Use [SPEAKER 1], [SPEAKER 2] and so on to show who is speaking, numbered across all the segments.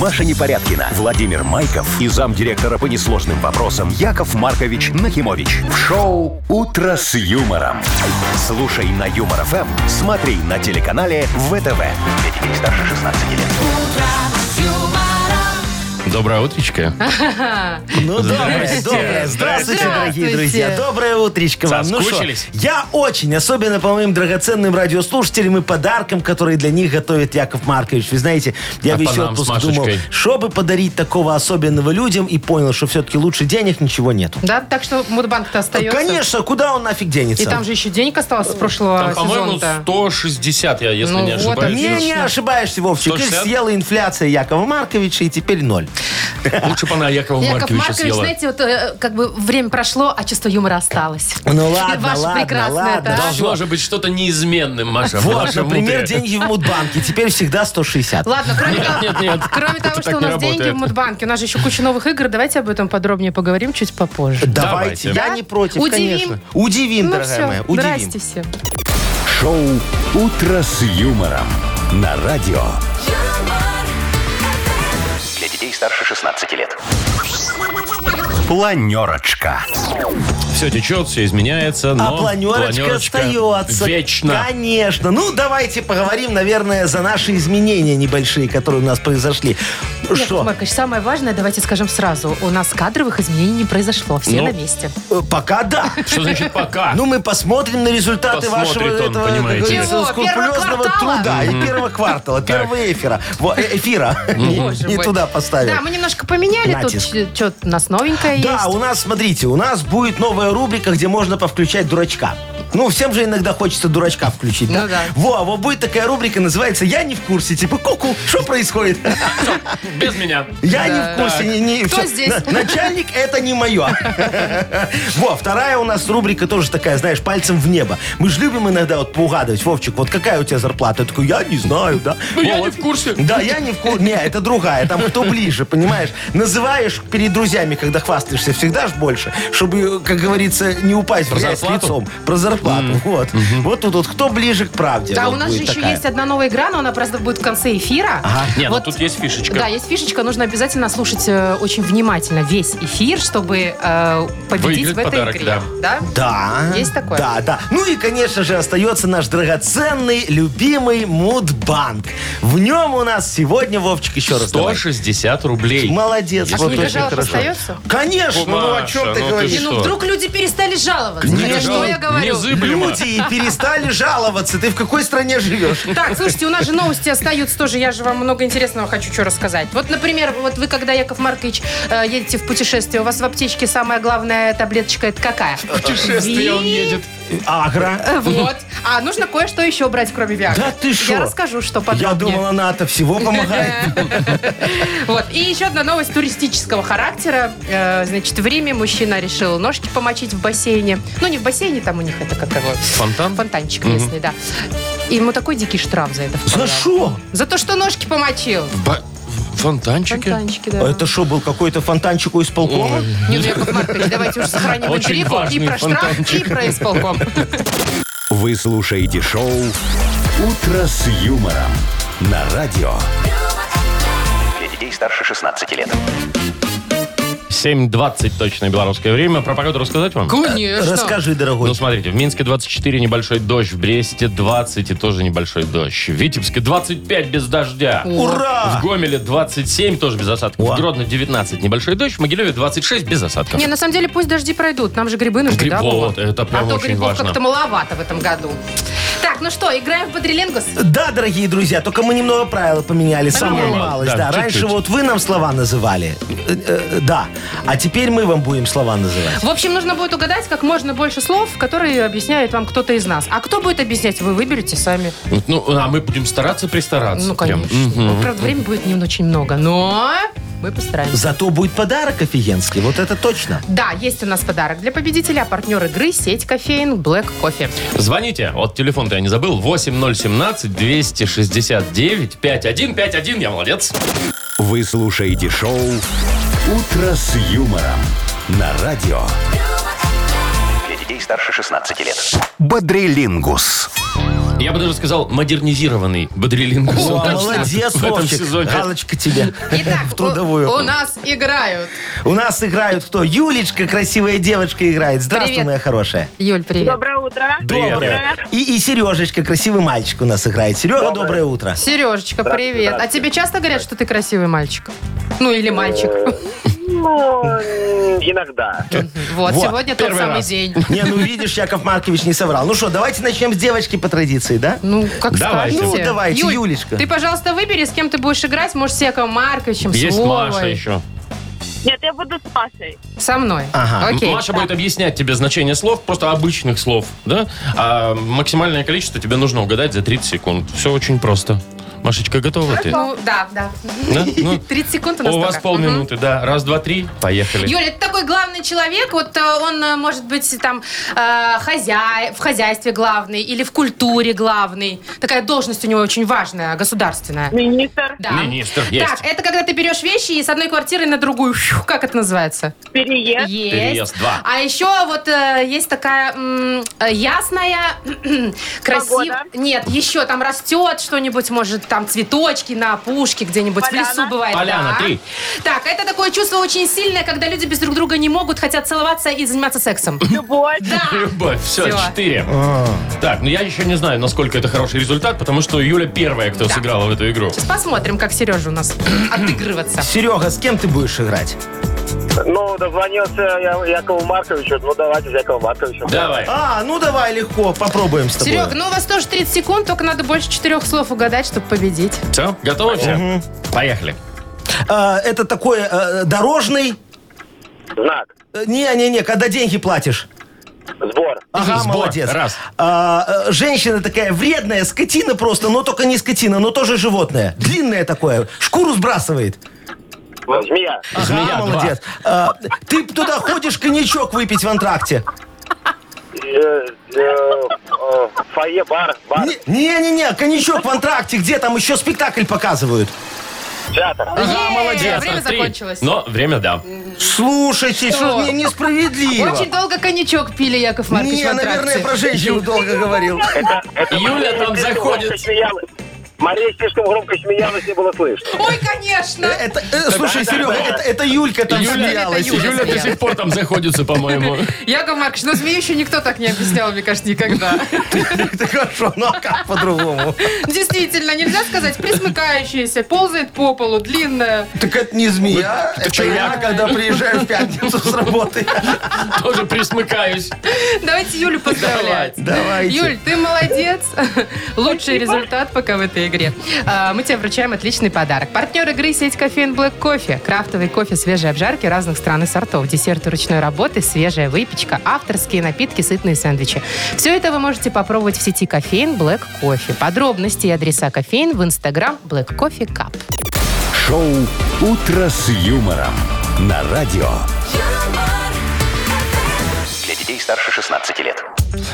[SPEAKER 1] Маша Непорядкина, Владимир Майков и замдиректора по несложным вопросам Яков Маркович Нахимович. В шоу «Утро с юмором». Слушай на Юмор ФМ, смотри на телеканале ВТВ. Для детей старше 16 лет.
[SPEAKER 2] Доброе утречко.
[SPEAKER 3] Ну, доброе, доброе. Здравствуйте, дорогие
[SPEAKER 4] Здравствуйте.
[SPEAKER 3] друзья. Доброе утречко вам. Ну что,
[SPEAKER 2] Соскучились?
[SPEAKER 3] я очень, особенно по моим драгоценным радиослушателям и подаркам, которые для них готовит Яков Маркович. Вы знаете, я
[SPEAKER 2] А
[SPEAKER 3] весь
[SPEAKER 2] по нам
[SPEAKER 3] отпуск
[SPEAKER 2] с
[SPEAKER 3] думал,
[SPEAKER 2] Машечкой?
[SPEAKER 3] что бы подарить такого особенного людям, и понял, что все-таки лучше денег ничего нету.
[SPEAKER 4] Да, так что Мудбанк-то остается.
[SPEAKER 3] Конечно, куда он нафиг денется?
[SPEAKER 4] И там же еще денег осталось с прошлого
[SPEAKER 2] Там, по-моему,
[SPEAKER 4] сезона-то.
[SPEAKER 2] 160, я, если
[SPEAKER 4] Ну
[SPEAKER 2] не
[SPEAKER 4] вот,
[SPEAKER 2] ошибаюсь.
[SPEAKER 3] Не, не
[SPEAKER 4] Отлично.
[SPEAKER 3] ошибаешься, Вовчик. Их
[SPEAKER 2] 160?
[SPEAKER 3] съела инфляция Якова Марковича, и теперь ноль.
[SPEAKER 2] Лучше бы она Якова
[SPEAKER 5] Яков
[SPEAKER 2] Марковича
[SPEAKER 5] Маркович,
[SPEAKER 2] съела.
[SPEAKER 5] знаете, вот э, как бы время прошло, а чувство юмора осталось.
[SPEAKER 3] Ну ладно,
[SPEAKER 5] Ваше
[SPEAKER 3] ладно,
[SPEAKER 5] прекрасное,
[SPEAKER 3] ладно.
[SPEAKER 5] да?
[SPEAKER 2] Должно
[SPEAKER 3] всё.
[SPEAKER 2] же быть что-то неизменным, Маша. в
[SPEAKER 3] Вот,
[SPEAKER 2] вашем
[SPEAKER 3] например,
[SPEAKER 2] мудре.
[SPEAKER 3] деньги в Мудбанке. Теперь всегда 160.
[SPEAKER 4] Ладно, кроме того,
[SPEAKER 2] Нет, нет.
[SPEAKER 4] кроме того,
[SPEAKER 2] Это
[SPEAKER 4] что
[SPEAKER 2] так
[SPEAKER 4] у
[SPEAKER 2] не
[SPEAKER 4] нас деньги
[SPEAKER 2] работает.
[SPEAKER 4] в Мудбанке, у нас же еще куча новых игр, давайте об этом подробнее поговорим чуть попозже.
[SPEAKER 3] Давайте,
[SPEAKER 2] Давайте.
[SPEAKER 3] я не против,
[SPEAKER 4] Удивим?
[SPEAKER 3] конечно. Удивим,
[SPEAKER 4] ну
[SPEAKER 3] дорогая моя,
[SPEAKER 4] все,
[SPEAKER 3] удивим.
[SPEAKER 4] здрасте все.
[SPEAKER 1] Шоу «Утро с юмором» на радио. Для детей старше 16 лет. Планерочка.
[SPEAKER 2] Все течет, все изменяется, но
[SPEAKER 3] а планерочка остается.
[SPEAKER 2] Вечно.
[SPEAKER 3] Конечно. Ну, давайте поговорим, наверное, за наши изменения небольшие, которые у нас произошли.
[SPEAKER 5] Яков
[SPEAKER 3] Что,
[SPEAKER 5] Маркович, самое важное, давайте скажем сразу, у нас кадровых изменений не произошло, все
[SPEAKER 2] Ну.
[SPEAKER 5] на месте.
[SPEAKER 3] э, пока да.
[SPEAKER 2] Что значит пока?
[SPEAKER 3] Ну, мы посмотрим на результаты
[SPEAKER 2] Посмотрит
[SPEAKER 3] вашего
[SPEAKER 2] он,
[SPEAKER 3] этого, как
[SPEAKER 2] понимаете.
[SPEAKER 3] говорится,
[SPEAKER 4] Чего?
[SPEAKER 3] скрупулезного
[SPEAKER 4] Первого квартала?
[SPEAKER 3] труда и первого квартала, первого эфира. Во, э, Эфира.
[SPEAKER 4] Боже
[SPEAKER 3] Не
[SPEAKER 4] мой.
[SPEAKER 3] туда поставил.
[SPEAKER 4] Да, мы немножко поменяли
[SPEAKER 3] Натиск.
[SPEAKER 4] тут, что у нас новенькое
[SPEAKER 3] Да,
[SPEAKER 4] есть.
[SPEAKER 3] у нас, смотрите, у нас будет новая рубрика, где можно повключать дурачка. Ну, всем же иногда хочется дурачка включить, да?
[SPEAKER 4] Ну да.
[SPEAKER 3] Во, во, будет такая рубрика, называется «Я не в курсе». Типа, куку, что происходит?
[SPEAKER 2] Без меня.
[SPEAKER 3] Я не
[SPEAKER 4] Да.
[SPEAKER 3] в курсе. не- не-
[SPEAKER 4] Кто
[SPEAKER 3] всё.
[SPEAKER 4] здесь?
[SPEAKER 3] На- Начальник это не мое. Во, вторая у нас рубрика тоже такая, знаешь, пальцем в небо. Мы же любим иногда вот поугадывать. Вовчик, вот какая у тебя зарплата? Я такой, я не знаю, да.
[SPEAKER 2] Ну, я
[SPEAKER 3] Во,
[SPEAKER 2] не
[SPEAKER 3] вот.
[SPEAKER 2] в курсе.
[SPEAKER 3] Да, я не в курсе. Не, это другая. Там кто ближе, понимаешь? Называешь перед друзьями, когда хвастаешься, всегда ж больше, чтобы, как говорится, не упасть в
[SPEAKER 2] Про
[SPEAKER 3] грязь
[SPEAKER 2] зарплату?
[SPEAKER 3] лицом. Про зарплату. Вот. Вот тут вот кто ближе к правде.
[SPEAKER 4] Да,
[SPEAKER 3] вот
[SPEAKER 4] у нас же
[SPEAKER 3] будет
[SPEAKER 4] еще
[SPEAKER 3] такая.
[SPEAKER 4] есть одна новая игра, но она, правда, будет в конце эфира.
[SPEAKER 2] Не, ну
[SPEAKER 4] Вот-
[SPEAKER 2] тут есть фишечка.
[SPEAKER 4] Да, есть фишечка, нужно обязательно слушать э, очень внимательно весь эфир, чтобы э, победить
[SPEAKER 2] Выиграть
[SPEAKER 4] в этой
[SPEAKER 2] подарок,
[SPEAKER 4] игре.
[SPEAKER 2] да.
[SPEAKER 4] Да?
[SPEAKER 3] Да.
[SPEAKER 4] Есть такое?
[SPEAKER 3] Да, да. Ну и, конечно же, остается наш драгоценный, любимый Мудбанк. В нем у нас сегодня, Вовчик, еще раз давай.
[SPEAKER 2] 160 рублей.
[SPEAKER 3] Молодец,
[SPEAKER 4] А
[SPEAKER 3] вот
[SPEAKER 4] книга
[SPEAKER 3] очень
[SPEAKER 4] жалоб
[SPEAKER 3] хорошо.
[SPEAKER 4] остается?
[SPEAKER 3] Конечно, ну о
[SPEAKER 2] Маша,
[SPEAKER 3] чем ты
[SPEAKER 2] ну ты
[SPEAKER 3] говоришь?
[SPEAKER 4] Не, ну
[SPEAKER 2] что?
[SPEAKER 4] вдруг люди перестали жаловаться. Хотя что я говорю?
[SPEAKER 2] Незыблемо.
[SPEAKER 3] Люди и перестали жаловаться. Ты в какой стране живешь?
[SPEAKER 4] Так, слушайте, у нас же новости остаются тоже. Я же вам много интересного хочу что рассказать. Вот, например, вот вы, когда, Яков Маркович, э, едете в путешествие, у вас в аптечке самая главная таблеточка это какая?
[SPEAKER 2] Путешествие он едет.
[SPEAKER 3] Агра.
[SPEAKER 4] Вот. А нужно кое-что еще брать, кроме Виагры.
[SPEAKER 3] Э, Да ты что?
[SPEAKER 4] Я расскажу, что подробнее.
[SPEAKER 3] Я думала, НАТО всего помогает.
[SPEAKER 4] Вот. И еще одна новость туристического характера. Э, Значит, в Риме мужчина решил ножки помочить в бассейне. Ну, не в бассейне, там у них это как его...
[SPEAKER 2] Фонтан?
[SPEAKER 4] Фонтанчик местный, да. И ему такой дикий штраф за это.
[SPEAKER 3] За что?
[SPEAKER 4] За то, что ножки помочил.
[SPEAKER 2] Ба- в Фонтанчики?
[SPEAKER 4] Фонтанчики, да.
[SPEAKER 3] Это что, был какой-то фонтанчик у исполкома?
[SPEAKER 4] Нет, ну, Яков Маркович, давайте уж сохраним
[SPEAKER 2] Очень
[SPEAKER 4] интригу и
[SPEAKER 2] важный
[SPEAKER 4] про штраф, и
[SPEAKER 2] фонтанчик.
[SPEAKER 4] про исполком.
[SPEAKER 1] Вы слушаете шоу «Утро с юмором» на радио. Для детей старше 16 лет.
[SPEAKER 2] 7.20 точное белорусское время. Про погоду рассказать вам?
[SPEAKER 4] Конечно.
[SPEAKER 3] Расскажи, дорогой.
[SPEAKER 2] Ну, смотрите, в Минске 24 небольшой дождь, в Бресте 20 и тоже небольшой дождь, в Витебске 25 без дождя, в
[SPEAKER 3] Ура!
[SPEAKER 2] Гомеле 27 тоже без осадков,
[SPEAKER 3] О.
[SPEAKER 2] в Гродно 19 небольшой дождь, в Могилеве 26 без осадков.
[SPEAKER 4] Не, на самом деле пусть дожди пройдут. Нам же грибы нужны, да,
[SPEAKER 2] Грибов,
[SPEAKER 4] Вова?
[SPEAKER 2] вот, это прям
[SPEAKER 4] а то
[SPEAKER 2] очень
[SPEAKER 4] грибов
[SPEAKER 2] важно.
[SPEAKER 4] как-то маловато в этом году. Так, ну что, играем в Бодрилингус?
[SPEAKER 3] Да, дорогие друзья, только мы немного правила поменяли. Самую
[SPEAKER 2] Поменяли.
[SPEAKER 3] малость,
[SPEAKER 2] Да,
[SPEAKER 3] да.
[SPEAKER 2] чуть-чуть.
[SPEAKER 3] Раньше вот вы нам слова называли. Э, э, Да. А теперь мы вам будем слова называть.
[SPEAKER 4] В общем, нужно будет угадать как можно больше слов, которые объясняет вам кто-то из нас. А кто будет объяснять, вы выберете сами.
[SPEAKER 2] Вот, Ну, а мы будем стараться пристараться.
[SPEAKER 4] Ну,
[SPEAKER 2] прям.
[SPEAKER 4] конечно. Ну, правда, времени будет не очень много, но мы постараемся.
[SPEAKER 3] Зато будет подарок офигенский, вот это точно.
[SPEAKER 4] Да, есть у нас подарок для победителя, партнер игры сеть кофеин Black Кофе.
[SPEAKER 2] Звоните. Вот телефон-то я не забыл. 8017-269-5151. Я молодец.
[SPEAKER 1] Вы слушаете шоу «Утро с юмором» на радио. Для детей старше 16 лет. Бодрилингус.
[SPEAKER 2] Я бы даже сказал, модернизированный бодрилингус.
[SPEAKER 3] О, молодец,
[SPEAKER 2] В этом
[SPEAKER 3] Вовчик.
[SPEAKER 2] сезоне.
[SPEAKER 3] Галочка тебе.
[SPEAKER 4] Итак,
[SPEAKER 3] в трудовую.
[SPEAKER 4] У, у нас играют.
[SPEAKER 3] У нас играют кто? Юлечка, красивая девочка, играет. Здравствуй,
[SPEAKER 4] Привет.
[SPEAKER 3] моя хорошая.
[SPEAKER 5] Юль, привет.
[SPEAKER 6] Доброе утро.
[SPEAKER 2] Привет.
[SPEAKER 3] И, и Сережечка, красивый мальчик у нас играет. Серега, доброе, утро.
[SPEAKER 4] Сережечка, привет. А тебе часто говорят, что ты красивый мальчик? Ну, или мальчик.
[SPEAKER 6] Ну, м, иногда.
[SPEAKER 4] Вот,
[SPEAKER 3] Вот,
[SPEAKER 4] сегодня тот
[SPEAKER 2] первый
[SPEAKER 4] самый
[SPEAKER 2] раз.
[SPEAKER 4] день.
[SPEAKER 3] Не, ну видишь, Яков Маркович не соврал. Ну что, давайте начнем с девочки по традиции, да?
[SPEAKER 4] Ну, как
[SPEAKER 2] Давайте.
[SPEAKER 4] скажете.
[SPEAKER 3] Ну, давайте, Юлечка.
[SPEAKER 4] Ты, пожалуйста, выбери, с кем ты будешь играть. Может, с Яковом Марковичем, с
[SPEAKER 2] Есть
[SPEAKER 4] Вовой.
[SPEAKER 2] Маша еще.
[SPEAKER 6] Нет, я буду с Машей.
[SPEAKER 4] Со мной.
[SPEAKER 3] Ага.
[SPEAKER 4] Окей.
[SPEAKER 2] Маша будет объяснять тебе значение слов, просто обычных слов, да? А максимальное количество тебе нужно угадать за 30 секунд. Все очень просто. Машечка, готова ты?
[SPEAKER 4] Ну, да, да.
[SPEAKER 2] Да? Ну,
[SPEAKER 4] 30 секунд у нас
[SPEAKER 2] у вас
[SPEAKER 4] только. Мгм.
[SPEAKER 2] полминуты, да. Раз, два, три, поехали.
[SPEAKER 4] Юля, это такой главный человек, вот э, он э, может быть там э, хозяй, в хозяйстве главный или в культуре главный. Такая должность у него очень важная, государственная.
[SPEAKER 6] Министр,
[SPEAKER 4] Да.
[SPEAKER 2] Министр, есть.
[SPEAKER 4] Так, это когда ты берешь вещи и с одной квартиры на другую. Фью, как это называется?
[SPEAKER 6] переезд,
[SPEAKER 4] Есть.
[SPEAKER 2] Переезд, два.
[SPEAKER 4] А еще вот э, есть такая м, э, ясная, красивая.
[SPEAKER 6] Погода.
[SPEAKER 4] Нет, еще там растет что-нибудь, может, там цветочки на опушке где-нибудь
[SPEAKER 6] Поляна.
[SPEAKER 4] в лесу бывает.
[SPEAKER 2] Поляна,
[SPEAKER 4] да.
[SPEAKER 2] три.
[SPEAKER 4] Так, это такое чувство очень сильное, когда люди без друг друга не могут, хотят целоваться и заниматься сексом. Ну,
[SPEAKER 6] любовь.
[SPEAKER 4] Да.
[SPEAKER 2] Любовь, все,
[SPEAKER 4] а. Всё.
[SPEAKER 2] четыре. Так, ну я еще не знаю, насколько это хороший результат, потому что Юля первая, кто
[SPEAKER 4] Да.
[SPEAKER 2] сыграла в эту игру.
[SPEAKER 4] Сейчас посмотрим, как Сережа у нас отыгрываться.
[SPEAKER 3] Серега, с кем ты будешь играть?
[SPEAKER 7] Ну, дозвонился я Якову Марковичу. Ну, давайте с Яковом Марковичем.
[SPEAKER 2] Давай.
[SPEAKER 3] А, ну давай, легко, попробуем с тобой.
[SPEAKER 4] Серега, ну у вас тоже 30 секунд, только надо больше четырех слов угадать, чтобы победить.
[SPEAKER 2] Все, готовы все? Поехали.
[SPEAKER 3] А, это такой э, дорожный...
[SPEAKER 7] Знак.
[SPEAKER 3] Не-не-не, когда деньги платишь.
[SPEAKER 7] Сбор.
[SPEAKER 3] Ага,
[SPEAKER 2] Сбор.
[SPEAKER 3] молодец.
[SPEAKER 2] Раз.
[SPEAKER 3] А, э, женщина такая вредная, скотина просто, но только не скотина, но тоже животное. Длинное такое, шкуру сбрасывает.
[SPEAKER 7] Змея.
[SPEAKER 3] Ага,
[SPEAKER 2] Змея, два.
[SPEAKER 3] молодец. А, ты туда ходишь коньячок выпить в антракте.
[SPEAKER 7] Э, э, э, Фойе, бар, бар,
[SPEAKER 3] Не- Не-не-не, коньячок в антракте, где там еще спектакль показывают.
[SPEAKER 7] театр.
[SPEAKER 4] Е,
[SPEAKER 3] молодец.
[SPEAKER 4] Время
[SPEAKER 2] Три.
[SPEAKER 4] закончилось.
[SPEAKER 2] Но время, да.
[SPEAKER 3] Слушайте, что мне несправедливо.
[SPEAKER 4] Очень долго коньячок пили, Яков Маркович,
[SPEAKER 3] не,
[SPEAKER 4] в антракте.
[SPEAKER 3] наверное, про женщину долго говорил.
[SPEAKER 7] Это, это
[SPEAKER 2] Юля
[SPEAKER 7] Мария
[SPEAKER 2] там
[SPEAKER 7] слишком
[SPEAKER 2] заходит.
[SPEAKER 7] громко смеялась. Мария слишком громко смеялась, не было слышно.
[SPEAKER 4] Ой, конечно!
[SPEAKER 3] Э, это, э, слушай, Серега, это, это Юлька там
[SPEAKER 2] Юля,
[SPEAKER 3] смеялась.
[SPEAKER 4] Юля
[SPEAKER 2] Юля до
[SPEAKER 4] смеялась.
[SPEAKER 2] сих пор там заходится, по-моему.
[SPEAKER 4] Яков Маркович, но змею еще никто так не объяснял, мне кажется, никогда.
[SPEAKER 3] Это хорошо, но «Ну, а как по-другому?
[SPEAKER 4] Действительно, нельзя сказать, присмыкающаяся, ползает по полу, длинная.
[SPEAKER 3] Так это не змея. Это я, когда приезжаю в пятницу с работы.
[SPEAKER 2] Тоже присмыкаюсь.
[SPEAKER 4] Давайте Юлю поздравлять.
[SPEAKER 3] Давайте.
[SPEAKER 4] Юль, ты молодец. Лучший результат пока в этой игре. А, Мы тебе вручаем отличный подарок. Партнер игры сеть кофеин Black Кофе. Крафтовый кофе свежей обжарки разных стран и сортов. Десерты ручной работы, свежая выпечка, авторские напитки, сытные сэндвичи. Все это вы можете попробовать в сети кофеин Black Кофе. Подробности и адреса кофеин в инстаграм Black Coffee Cup.
[SPEAKER 1] Шоу «Утро с юмором» на радио. Для детей старше 16 лет.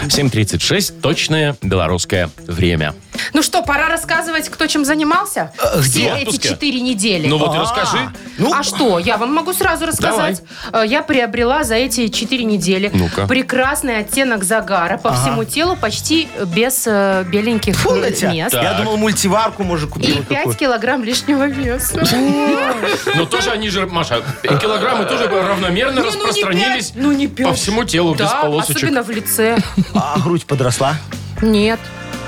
[SPEAKER 2] 7.36, точное белорусское время.
[SPEAKER 4] Ну что, пора рассказывать, кто чем занимался?
[SPEAKER 3] Э, где?
[SPEAKER 4] Все
[SPEAKER 2] В
[SPEAKER 4] эти
[SPEAKER 2] отпуске?
[SPEAKER 4] четыре недели.
[SPEAKER 2] Ну вот и
[SPEAKER 3] А,
[SPEAKER 2] расскажи.
[SPEAKER 3] Ну,
[SPEAKER 4] а что? Я вам могу сразу рассказать. Э, Я приобрела за эти 4 недели
[SPEAKER 2] Ну-ка.
[SPEAKER 4] прекрасный оттенок загара по всему телу, почти без э, беленьких
[SPEAKER 3] фу
[SPEAKER 4] э,
[SPEAKER 3] на тебя.
[SPEAKER 4] мест.
[SPEAKER 2] Так.
[SPEAKER 3] Я думал, мультиварку, может,
[SPEAKER 4] И
[SPEAKER 3] купил
[SPEAKER 4] 5
[SPEAKER 3] какую.
[SPEAKER 4] килограмм лишнего веса.
[SPEAKER 2] Но Ну тоже они же, Маша, килограммы тоже равномерно
[SPEAKER 4] Не, ну не пять,
[SPEAKER 2] распространились
[SPEAKER 4] Ну не пять.
[SPEAKER 2] по всему телу без
[SPEAKER 4] Да,
[SPEAKER 2] полосочек.
[SPEAKER 4] особенно в лице.
[SPEAKER 3] А грудь подросла?
[SPEAKER 4] Нет.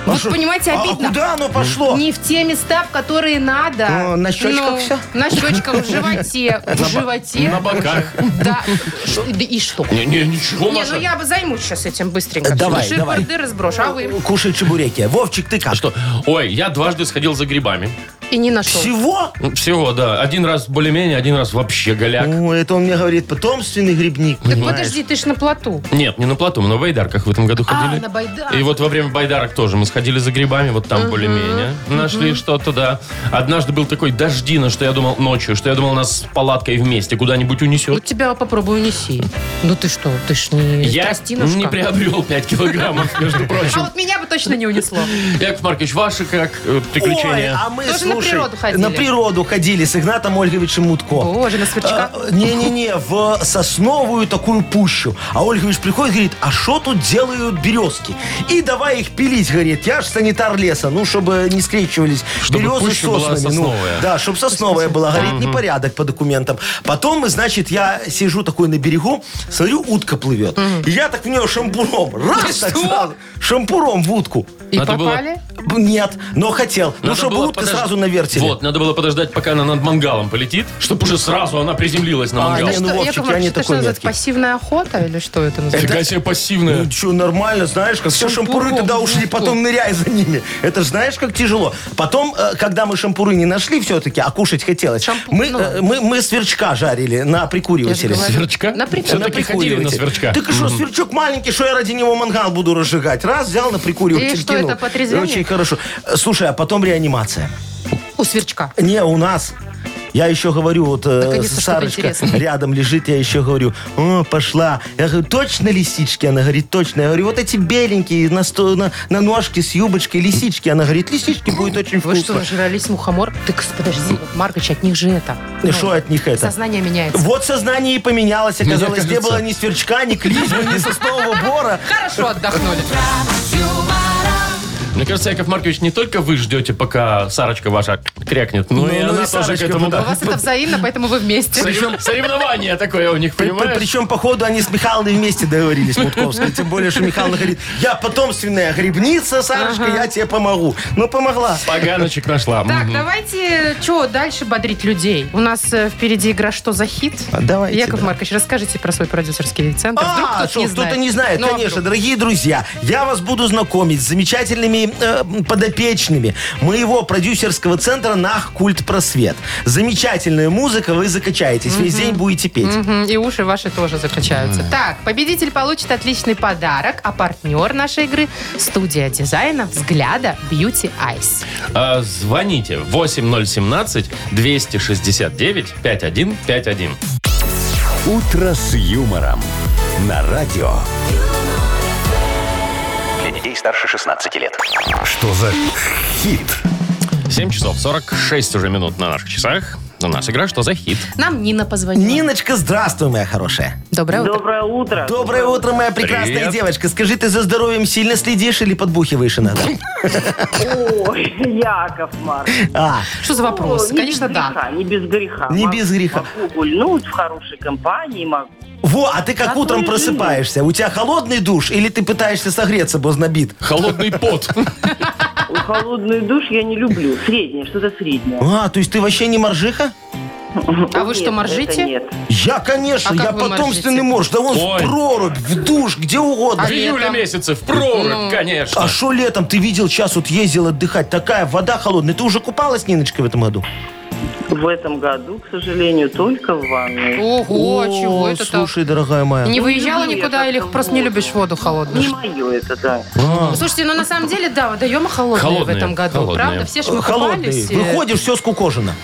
[SPEAKER 4] Вот
[SPEAKER 3] шо-
[SPEAKER 4] понимаете,
[SPEAKER 3] А
[SPEAKER 4] обидно.
[SPEAKER 3] куда оно пошло?
[SPEAKER 4] Не в те места, в которые надо.
[SPEAKER 3] Ну, на щечках
[SPEAKER 4] Ну,
[SPEAKER 3] всё?
[SPEAKER 4] На щечках, в животе. В животе.
[SPEAKER 2] На боках.
[SPEAKER 4] Да. Ш- да И что?
[SPEAKER 2] Не-не, ничего,
[SPEAKER 4] Не, ну
[SPEAKER 2] Маша.
[SPEAKER 4] я бы займусь сейчас этим быстренько.
[SPEAKER 3] Давай,
[SPEAKER 4] Ши-
[SPEAKER 3] давай.
[SPEAKER 4] ши-барды разброшу, а вы?
[SPEAKER 3] Кушай чебуреки. Вовчик, ты как?
[SPEAKER 2] А Что? Ой, я дважды сходил за грибами.
[SPEAKER 4] И не нашел.
[SPEAKER 3] Всего?
[SPEAKER 2] Ну, Всего, да. Один раз более-менее, один раз вообще голяк.
[SPEAKER 3] О, это он мне говорит, потомственный грибник.
[SPEAKER 4] Так
[SPEAKER 3] понимаешь?
[SPEAKER 4] подожди, ты ж на плоту.
[SPEAKER 2] Нет, не на плоту, мы на байдарках в этом году
[SPEAKER 3] А,
[SPEAKER 2] ходили.
[SPEAKER 4] А, на байдарках.
[SPEAKER 2] И вот во время байдарок тоже мы сходили за грибами, вот там более-менее. Нашли что-то, да. Однажды был такой дождина, что я думал ночью, что я думал нас с палаткой вместе куда-нибудь
[SPEAKER 4] Вот
[SPEAKER 2] унесет.
[SPEAKER 4] тебя попробую неси. Ну ты что, ты ж не
[SPEAKER 2] Я
[SPEAKER 4] тростинушка.
[SPEAKER 2] не приобрел 5 килограммов, между
[SPEAKER 4] А
[SPEAKER 2] прочим.
[SPEAKER 4] вот меня бы точно не унесло.
[SPEAKER 2] Яков Маркович, ваши как э,
[SPEAKER 3] Ой,
[SPEAKER 2] приключения?
[SPEAKER 3] а мы,
[SPEAKER 4] Тоже на
[SPEAKER 3] слушай,
[SPEAKER 4] природу ходили?
[SPEAKER 3] на природу ходили с Игнатом Ольговичем Мутко.
[SPEAKER 4] Боже, на сверчка.
[SPEAKER 3] А, Не-не-не, в сосновую такую пущу. А Ольгович приходит и говорит, а что тут делают березки? И давай их пилить, говорит, я ж санитар леса, ну, чтобы не скрещивались
[SPEAKER 2] Чтобы
[SPEAKER 3] березы с
[SPEAKER 2] пуща была
[SPEAKER 3] соснами. Ну,
[SPEAKER 2] сосновая.
[SPEAKER 3] да, чтобы сосновая была, говорит, непорядок по документам. Потом, мы, значит, я сижу такой на берегу, смотрю, утка плывет. И я так в нее шампуром, раз так сразу, шампуром в утку.
[SPEAKER 4] И
[SPEAKER 2] Надо было-
[SPEAKER 4] попали?
[SPEAKER 3] Нет, но хотел. ну,
[SPEAKER 2] Надо
[SPEAKER 3] чтобы
[SPEAKER 2] было
[SPEAKER 3] утка
[SPEAKER 2] подож-
[SPEAKER 3] сразу наверх тебе.
[SPEAKER 2] Вот, надо было подождать, пока она над мангалом полетит, чтобы уже сразу она приземлилась на
[SPEAKER 3] А,
[SPEAKER 2] мангал.
[SPEAKER 3] не, ну,
[SPEAKER 4] Что,
[SPEAKER 3] Вовчик,
[SPEAKER 4] Яков
[SPEAKER 3] я
[SPEAKER 4] Маркович,
[SPEAKER 3] не
[SPEAKER 4] это что
[SPEAKER 3] такой
[SPEAKER 4] называется?
[SPEAKER 3] меткий.
[SPEAKER 4] Пассивная охота или что это называется?
[SPEAKER 2] Фига себе пассивная.
[SPEAKER 3] Ну, что, нормально, знаешь, как все шампуры
[SPEAKER 4] шампуром
[SPEAKER 3] туда
[SPEAKER 4] в
[SPEAKER 3] ушли,
[SPEAKER 4] утку.
[SPEAKER 3] потом ныряй за ними. Это ж знаешь, как тяжело. Потом, э, когда мы шампуры не нашли все-таки, а кушать хотелось,
[SPEAKER 4] Шампу-
[SPEAKER 3] мы,
[SPEAKER 4] ну
[SPEAKER 3] э,
[SPEAKER 4] ладно.
[SPEAKER 3] мы, мы сверчка жарили на прикуривателе. Э,
[SPEAKER 4] Я же говорю,
[SPEAKER 2] Сверчка?
[SPEAKER 4] На прикур-
[SPEAKER 2] Все-таки ходили на сверчка.
[SPEAKER 3] Так и что, сверчок маленький, что я ради него мангал буду разжигать? Раз, взял на прикуриватель,
[SPEAKER 4] И что,
[SPEAKER 3] кинул.
[SPEAKER 4] это потрезвение?
[SPEAKER 3] Очень хорошо. Э, Слушай, а потом реанимация. Э,
[SPEAKER 4] У сверчка.
[SPEAKER 3] Не, у нас. Я еще говорю, вот э,
[SPEAKER 4] Наконец-то что-то
[SPEAKER 3] Сарочка
[SPEAKER 4] интересное.
[SPEAKER 3] рядом лежит, я еще говорю, о, пошла. Я говорю, точно лисички? Она говорит, точно. Я говорю, вот эти беленькие на, сто- на, на ножке с юбочкой лисички. Она говорит, лисички будет очень
[SPEAKER 4] Вы что,
[SPEAKER 3] вкусно.
[SPEAKER 4] нажрались мухомор? Ты подожди, Маркович, от них же это. Ну,
[SPEAKER 3] И Что от них это?
[SPEAKER 4] Сознание меняется.
[SPEAKER 3] Вот сознание и поменялось. Оказалось, не
[SPEAKER 2] кажется.
[SPEAKER 3] было ни сверчка, ни клизмы, ни соснового бора.
[SPEAKER 4] Хорошо отдохнули.
[SPEAKER 2] Мне кажется, Яков Маркович, не только вы ждете, пока Сарочка ваша крякнет, но
[SPEAKER 3] Ну,
[SPEAKER 2] и
[SPEAKER 3] ну
[SPEAKER 2] она
[SPEAKER 3] и
[SPEAKER 2] тоже к
[SPEAKER 3] Сарочка
[SPEAKER 2] этому...
[SPEAKER 3] бы, да.
[SPEAKER 4] У вас это взаимно, поэтому вы вместе.
[SPEAKER 2] Сорев- Соревнование такое у них,
[SPEAKER 3] При- при-
[SPEAKER 2] понимаешь?
[SPEAKER 3] Причем, походу, они с Михайловной вместе договорились, Мутковской. Тем более, что Михайловна говорит, я потомственная грибница, Сарочка, я тебе помогу. Ну, помогла.
[SPEAKER 2] Поганочек нашла.
[SPEAKER 4] Так,
[SPEAKER 2] Мгм.
[SPEAKER 4] давайте, что, дальше бодрить людей. У нас э, впереди игра «Что за хит?»
[SPEAKER 3] А, давайте,
[SPEAKER 4] Яков
[SPEAKER 3] да.
[SPEAKER 4] Маркович, расскажите про свой продюсерский центр.
[SPEAKER 3] А,
[SPEAKER 4] Вдруг кто-то
[SPEAKER 3] что,
[SPEAKER 4] не
[SPEAKER 3] кто-то
[SPEAKER 4] знает.
[SPEAKER 3] не знает,
[SPEAKER 4] Ну, а
[SPEAKER 3] конечно,
[SPEAKER 4] вдруг?
[SPEAKER 3] дорогие друзья, я вас буду знакомить с замечательными э, подопечными моего продюсерского центра «Нах Культ Просвет». Замечательная музыка, вы закачаетесь, весь день будете петь.
[SPEAKER 4] Мгм, И уши ваши тоже закачаются. Так, победитель получит отличный подарок, а партнер нашей игры – студия дизайна «Взгляда Beauty Eyes».
[SPEAKER 2] А, Звоните 8017-269-5151.
[SPEAKER 1] «Утро с юмором» на радио.
[SPEAKER 8] Для детей старше 16 лет.
[SPEAKER 1] Что за хит?
[SPEAKER 2] 7 часов 46 уже минут на наших часах. У нас игра «Что за хит?»
[SPEAKER 4] Нам Нина позвонила.
[SPEAKER 3] Ниночка, здравствуй, моя хорошая.
[SPEAKER 4] Доброе утро.
[SPEAKER 6] Доброе утро.
[SPEAKER 3] Доброе утро, моя прекрасная
[SPEAKER 2] Привет.
[SPEAKER 3] девочка. Скажи, ты за здоровьем сильно следишь или подбухиваешь иногда?
[SPEAKER 6] Ой, Яков Маркович.
[SPEAKER 3] А,
[SPEAKER 4] Что за вопрос?
[SPEAKER 6] О, не
[SPEAKER 4] Конечно,
[SPEAKER 6] без
[SPEAKER 4] да.
[SPEAKER 6] греха, Не без греха.
[SPEAKER 3] Не
[SPEAKER 6] Могу-
[SPEAKER 3] без греха.
[SPEAKER 6] Могу гульнуть в хорошей компании, могу.
[SPEAKER 3] во, а ты как
[SPEAKER 6] Какой
[SPEAKER 3] утром
[SPEAKER 6] же
[SPEAKER 3] просыпаешься? У тебя холодный душ или ты пытаешься согреться, бознобит?
[SPEAKER 2] Холодный пот.
[SPEAKER 6] Холодный душ я не люблю. Среднее, что-то среднее.
[SPEAKER 3] А, то есть ты вообще не моржиха?
[SPEAKER 4] А вы что,
[SPEAKER 6] Нет,
[SPEAKER 4] моржите?
[SPEAKER 6] это Нет.
[SPEAKER 3] Я, конечно,
[SPEAKER 4] А как
[SPEAKER 3] я
[SPEAKER 4] вы
[SPEAKER 3] потомственный
[SPEAKER 4] моржите?
[SPEAKER 3] морж. Да он
[SPEAKER 2] Ой.
[SPEAKER 3] в прорубь, в душ, где угодно.
[SPEAKER 4] А
[SPEAKER 2] В июле месяце, в
[SPEAKER 4] Ну.
[SPEAKER 2] прорубь,
[SPEAKER 3] А
[SPEAKER 2] конечно.
[SPEAKER 3] что летом? Ты видел, сейчас вот ездил отдыхать. Такая вода холодная. Ты уже купалась, Ниночка, в этом году?
[SPEAKER 6] В этом году, к сожалению, только в ванной.
[SPEAKER 4] Ого, а чего это так?
[SPEAKER 3] Слушай, ну, дорогая моя. э,
[SPEAKER 4] Не выезжала
[SPEAKER 6] люблю я
[SPEAKER 4] никуда или
[SPEAKER 6] такую
[SPEAKER 4] просто не
[SPEAKER 6] воду.
[SPEAKER 4] любишь воду
[SPEAKER 6] Не
[SPEAKER 4] холодную?
[SPEAKER 6] мое это, да.
[SPEAKER 4] Слушайте, ну на самом деле, да, водоемы холодные,
[SPEAKER 2] Холодные,
[SPEAKER 4] в этом году,
[SPEAKER 2] холодные.
[SPEAKER 4] правда? Все же мы
[SPEAKER 3] Холодный.
[SPEAKER 4] купались. э,
[SPEAKER 3] Выходишь, все скукожено.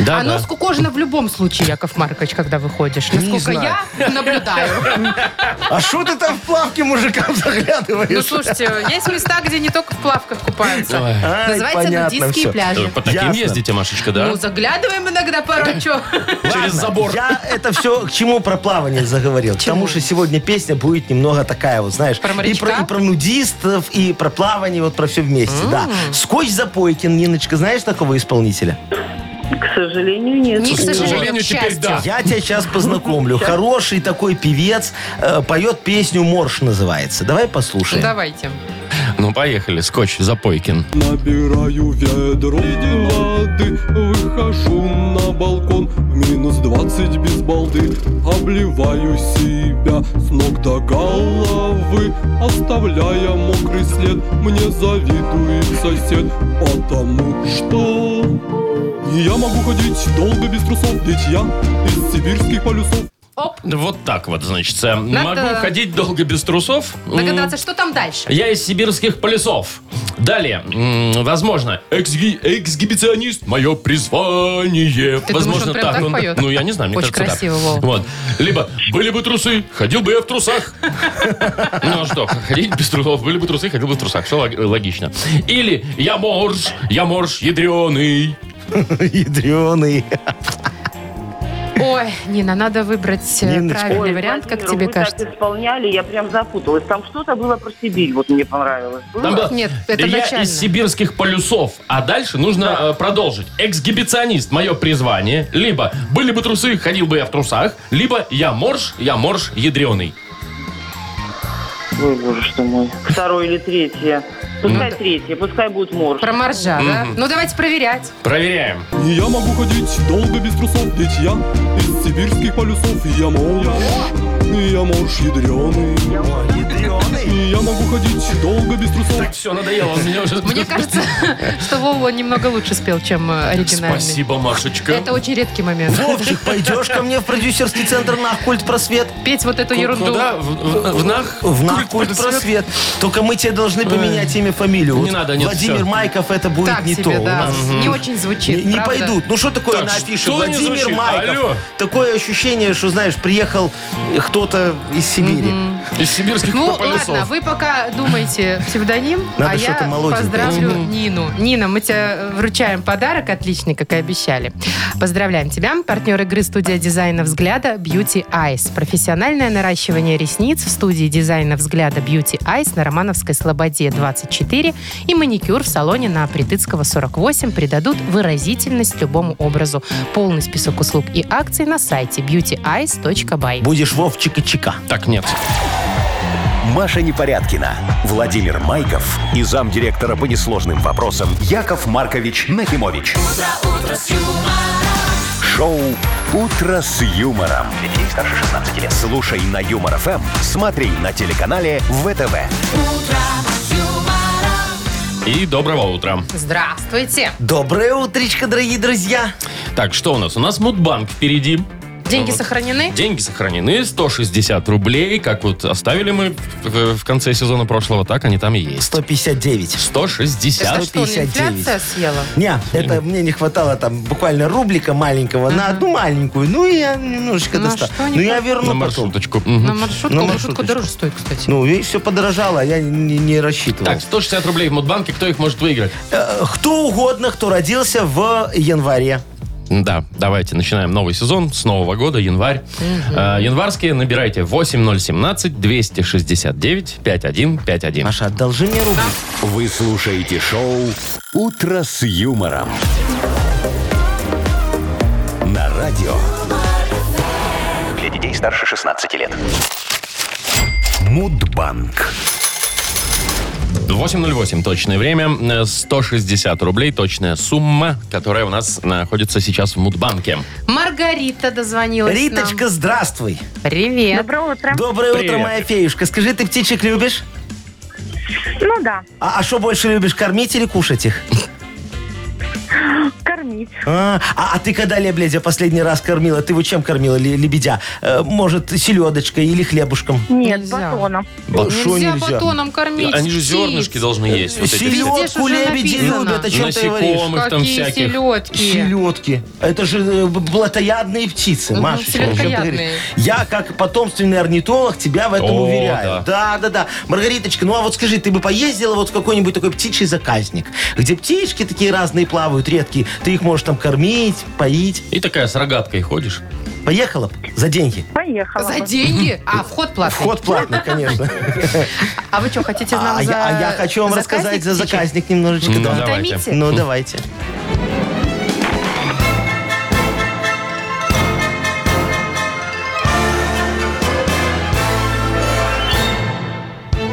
[SPEAKER 2] Да,
[SPEAKER 4] Оно
[SPEAKER 2] да.
[SPEAKER 4] скукожено в любом случае, Яков Маркович, когда выходишь. Насколько я наблюдаю.
[SPEAKER 3] А что ты там в плавке мужикам
[SPEAKER 4] Ну,
[SPEAKER 3] заглядываешь?
[SPEAKER 4] слушайте, есть места, где не только в плавках
[SPEAKER 2] Ой.
[SPEAKER 4] купаются.
[SPEAKER 3] Ай,
[SPEAKER 4] Называется
[SPEAKER 3] понятно
[SPEAKER 4] нудистские
[SPEAKER 3] всё.
[SPEAKER 4] пляжи.
[SPEAKER 2] Э, По таким
[SPEAKER 3] Ясно.
[SPEAKER 2] ездите, Машечка, да?
[SPEAKER 4] Ну, заглядываем иногда порой, чё.
[SPEAKER 2] Через
[SPEAKER 3] Ладно,
[SPEAKER 2] забор.
[SPEAKER 3] Я это все к чему про плавание заговорил. Потому что сегодня песня будет немного такая, вот знаешь,
[SPEAKER 4] Про
[SPEAKER 3] и,
[SPEAKER 4] морячка?
[SPEAKER 3] про, и про нудистов, и про плавание, вот про все вместе. Да. Скотч Запойкин, Ниночка, знаешь такого исполнителя?
[SPEAKER 6] К сожалению, нет.
[SPEAKER 4] Не к сожалению,
[SPEAKER 2] сожалению,
[SPEAKER 4] к
[SPEAKER 2] теперь да.
[SPEAKER 4] счастью.
[SPEAKER 3] Я тебя сейчас познакомлю. Хороший такой певец э, поет песню Морш называется. Давай послушаем.
[SPEAKER 4] Давайте.
[SPEAKER 2] Ну, поехали. Скотч Запойкин.
[SPEAKER 9] Набираю ведро Среди воды Выхожу на балкон В минус двадцать без балды Обливаю себя С ног до головы Оставляя мокрый след Мне завидует сосед Потому что Я могу ходить долго без трусов Ведь я из сибирских полюсов
[SPEAKER 4] Оп,
[SPEAKER 2] Вот так вот, значит. э,
[SPEAKER 4] Надо-
[SPEAKER 3] Ну.
[SPEAKER 2] Могу ходить долго без трусов. М,
[SPEAKER 4] догадаться, что там дальше?
[SPEAKER 2] Я из сибирских полюсов. Далее, м, возможно, «Эксги- эксгибиционист, мое призвание.
[SPEAKER 4] Ты думаешь,
[SPEAKER 2] возможно,
[SPEAKER 4] он прям так поет?
[SPEAKER 2] Ну, я не знаю, мне
[SPEAKER 4] Очень
[SPEAKER 2] кажется,
[SPEAKER 4] красиво,
[SPEAKER 2] так.
[SPEAKER 4] Вов.
[SPEAKER 2] Вот. Либо были бы трусы, ходил бы я в трусах. Ну а что, ходить без трусов, были бы трусы, ходил бы в трусах. Все лог- логично. Или я морж, я морж ядреный.
[SPEAKER 3] Ядреный.
[SPEAKER 4] Ой, Нина, надо выбрать э,
[SPEAKER 3] Ниночка.
[SPEAKER 4] правильный
[SPEAKER 6] Ой,
[SPEAKER 4] вариант, как
[SPEAKER 6] Владимир,
[SPEAKER 4] тебе
[SPEAKER 6] вы
[SPEAKER 4] кажется.
[SPEAKER 6] так исполняли, я прям запуталась. Там что-то было про Сибирь, вот мне понравилось. Было?
[SPEAKER 2] Там было,
[SPEAKER 4] Нет, это
[SPEAKER 2] я
[SPEAKER 4] начально.
[SPEAKER 2] из сибирских полюсов. А дальше нужно э, продолжить. Эксгибиционист, мое призвание. Либо были бы трусы, ходил бы я в трусах. Либо я морж, я морж ядреный.
[SPEAKER 6] Ой, боже что мой. Второе или третье. Пускай третье, пускай будет морж.
[SPEAKER 4] Ну Про моржа, да? Ну, давайте проверять.
[SPEAKER 2] Проверяем.
[SPEAKER 9] И я могу ходить долго без трусов, ведь я из сибирских полюсов. Я морж, и я морж ядреный. И я могу ходить долго без трусов.
[SPEAKER 2] Так, все, надоело. он меня уже-
[SPEAKER 4] Мне кажется, что Вова немного лучше спел, чем э, оригинальный.
[SPEAKER 2] Спасибо, Машечка.
[SPEAKER 4] Это очень редкий момент.
[SPEAKER 3] Вовчик, пойдешь ко мне в продюсерский центр на культ просвет?
[SPEAKER 4] Петь вот эту ерунду.
[SPEAKER 2] Куда? Ну В, в- в нах?
[SPEAKER 3] В наш культ просвет. Только мы тебе должны поменять имя, фамилию.
[SPEAKER 2] Э. Не
[SPEAKER 3] Вот
[SPEAKER 2] надо, нет,
[SPEAKER 3] Владимир
[SPEAKER 2] всё.
[SPEAKER 3] Майков, это будет
[SPEAKER 4] Так
[SPEAKER 3] не
[SPEAKER 4] себе,
[SPEAKER 3] то. У
[SPEAKER 4] да.
[SPEAKER 3] нас
[SPEAKER 4] Не очень звучит,
[SPEAKER 3] Не, не
[SPEAKER 4] правда?
[SPEAKER 3] пойдут. Ну что такое
[SPEAKER 2] Так
[SPEAKER 3] на
[SPEAKER 2] что
[SPEAKER 3] афише?
[SPEAKER 2] не
[SPEAKER 3] Владимир
[SPEAKER 2] звучит?
[SPEAKER 3] Майков.
[SPEAKER 2] Алло.
[SPEAKER 3] Такое ощущение, что, знаешь, приехал кто-то из Сибири.
[SPEAKER 2] Из сибирских
[SPEAKER 4] Ну,
[SPEAKER 2] полюсов.
[SPEAKER 4] ладно, вы пока думаете псевдоним,
[SPEAKER 3] Надо
[SPEAKER 4] а я
[SPEAKER 3] что-то молоденькое.
[SPEAKER 4] поздравлю Нину. Нина, мы тебе вручаем подарок отличный, как и обещали. Поздравляем тебя. Партнер игры студия дизайна взгляда Beauty Eyes. Профессиональное наращивание ресниц в студии дизайна взгляда Beauty Eyes на Романовской Слободе 24 и маникюр в салоне на Притыцкого 48 придадут выразительность любому образу. Полный список услуг и акций на сайте beautyeyes.by.
[SPEAKER 3] Будешь Вовчика-чика.
[SPEAKER 2] Так, нет.
[SPEAKER 1] Маша Непорядкина, Владимир Майков и замдиректора по несложным вопросам Яков Маркович Нахимович. Шоу Утро с юмором. Для детей старше 16 лет. Слушай на юмор ФМ, смотри на телеканале ВТВ.
[SPEAKER 2] И доброго утра.
[SPEAKER 4] Здравствуйте!
[SPEAKER 3] Доброе утречко, дорогие друзья.
[SPEAKER 2] Так, что у нас? У нас мудбанк впереди.
[SPEAKER 4] Деньги
[SPEAKER 2] Вот.
[SPEAKER 4] сохранены?
[SPEAKER 2] Деньги сохранены, 160 рублей, как вот оставили мы в, в- в конце сезона прошлого, так они там и есть.
[SPEAKER 3] 159.
[SPEAKER 2] 160.
[SPEAKER 4] Это что, он
[SPEAKER 3] 59.
[SPEAKER 4] инфляция съела?
[SPEAKER 3] Не, это мне не хватало там буквально рублика маленького на одну маленькую. Ну, я немножечко
[SPEAKER 4] На
[SPEAKER 3] достал.
[SPEAKER 4] что-нибудь?
[SPEAKER 3] Ну, я верну
[SPEAKER 2] На
[SPEAKER 3] потом. Ну,
[SPEAKER 2] маршруточку. Мгм.
[SPEAKER 4] На маршрутку,
[SPEAKER 3] На
[SPEAKER 4] маршрутку
[SPEAKER 3] маршруточку.
[SPEAKER 4] дороже стоит, кстати.
[SPEAKER 3] Ну, и все подорожало, я не, не рассчитывал.
[SPEAKER 2] Так, 160 рублей в Мудбанке, кто их может выиграть?
[SPEAKER 3] Э, Кто угодно, кто родился в январе.
[SPEAKER 2] Да, давайте начинаем новый сезон с нового года, январь. Э, январские набирайте 8017-269-5151.
[SPEAKER 3] Маша, одолжи мне рубль.
[SPEAKER 1] Вы слушаете шоу Утро с юмором. На радио
[SPEAKER 8] Для детей старше 16 лет.
[SPEAKER 1] Мудбанк.
[SPEAKER 2] 8.08 точное время, э, 160 рублей точная сумма, которая у нас находится сейчас в Мудбанке.
[SPEAKER 4] Маргарита дозвонилась нам.
[SPEAKER 3] Риточка, здравствуй.
[SPEAKER 4] Привет.
[SPEAKER 10] Доброе утро.
[SPEAKER 3] Доброе
[SPEAKER 2] Привет.
[SPEAKER 3] утро, моя феюшка. Скажи, ты птичек любишь?
[SPEAKER 10] Ну да,
[SPEAKER 3] А что больше любишь, кормить или кушать их?
[SPEAKER 10] кормить.
[SPEAKER 3] А, а- а ты когда лебедя последний раз кормила? Ты его чем кормила, ле- лебедя? Э, Может, селедочкой или хлебушком?
[SPEAKER 10] Нет,
[SPEAKER 4] Нельзя.
[SPEAKER 10] батоном.
[SPEAKER 2] А
[SPEAKER 3] Шо
[SPEAKER 4] Нельзя батоном кормить
[SPEAKER 2] Они же
[SPEAKER 4] птиц.
[SPEAKER 2] зернышки должны есть. Вот эти все.
[SPEAKER 4] Везде ж
[SPEAKER 3] Селедку
[SPEAKER 4] уже
[SPEAKER 3] лебеди
[SPEAKER 4] написано.
[SPEAKER 3] любят, о чем ты говоришь?
[SPEAKER 2] Насекомых там
[SPEAKER 4] Какие
[SPEAKER 2] всяких.
[SPEAKER 4] селедки.
[SPEAKER 3] Селедки. Это же э, б- блатоядные птицы,
[SPEAKER 4] Мгм,
[SPEAKER 3] Машечка. о чем ты
[SPEAKER 4] Ну, селедкоядные.
[SPEAKER 3] говоришь? Я, как потомственный орнитолог, тебя в этом
[SPEAKER 2] О,
[SPEAKER 3] уверяю. Да. да, да, Маргариточка, ну а вот скажи, ты бы поездила вот в какой-нибудь такой птичий заказник, где птички такие разные плавают, редкие. Ты их можешь там кормить, поить.
[SPEAKER 2] И такая с рогаткой ходишь.
[SPEAKER 3] Поехала б за деньги.
[SPEAKER 10] Поехала.
[SPEAKER 4] За
[SPEAKER 10] бы.
[SPEAKER 4] деньги? А, вход платный.
[SPEAKER 3] Э, Вход платный, конечно.
[SPEAKER 4] А вы что, хотите нам
[SPEAKER 3] А
[SPEAKER 4] за...
[SPEAKER 3] я а я хочу вам
[SPEAKER 4] заказник
[SPEAKER 3] рассказать за
[SPEAKER 4] птичий?
[SPEAKER 3] заказник немножечко.
[SPEAKER 2] Ну,
[SPEAKER 3] да.
[SPEAKER 2] давай. Давайте.
[SPEAKER 4] Томите?
[SPEAKER 3] Ну, давайте.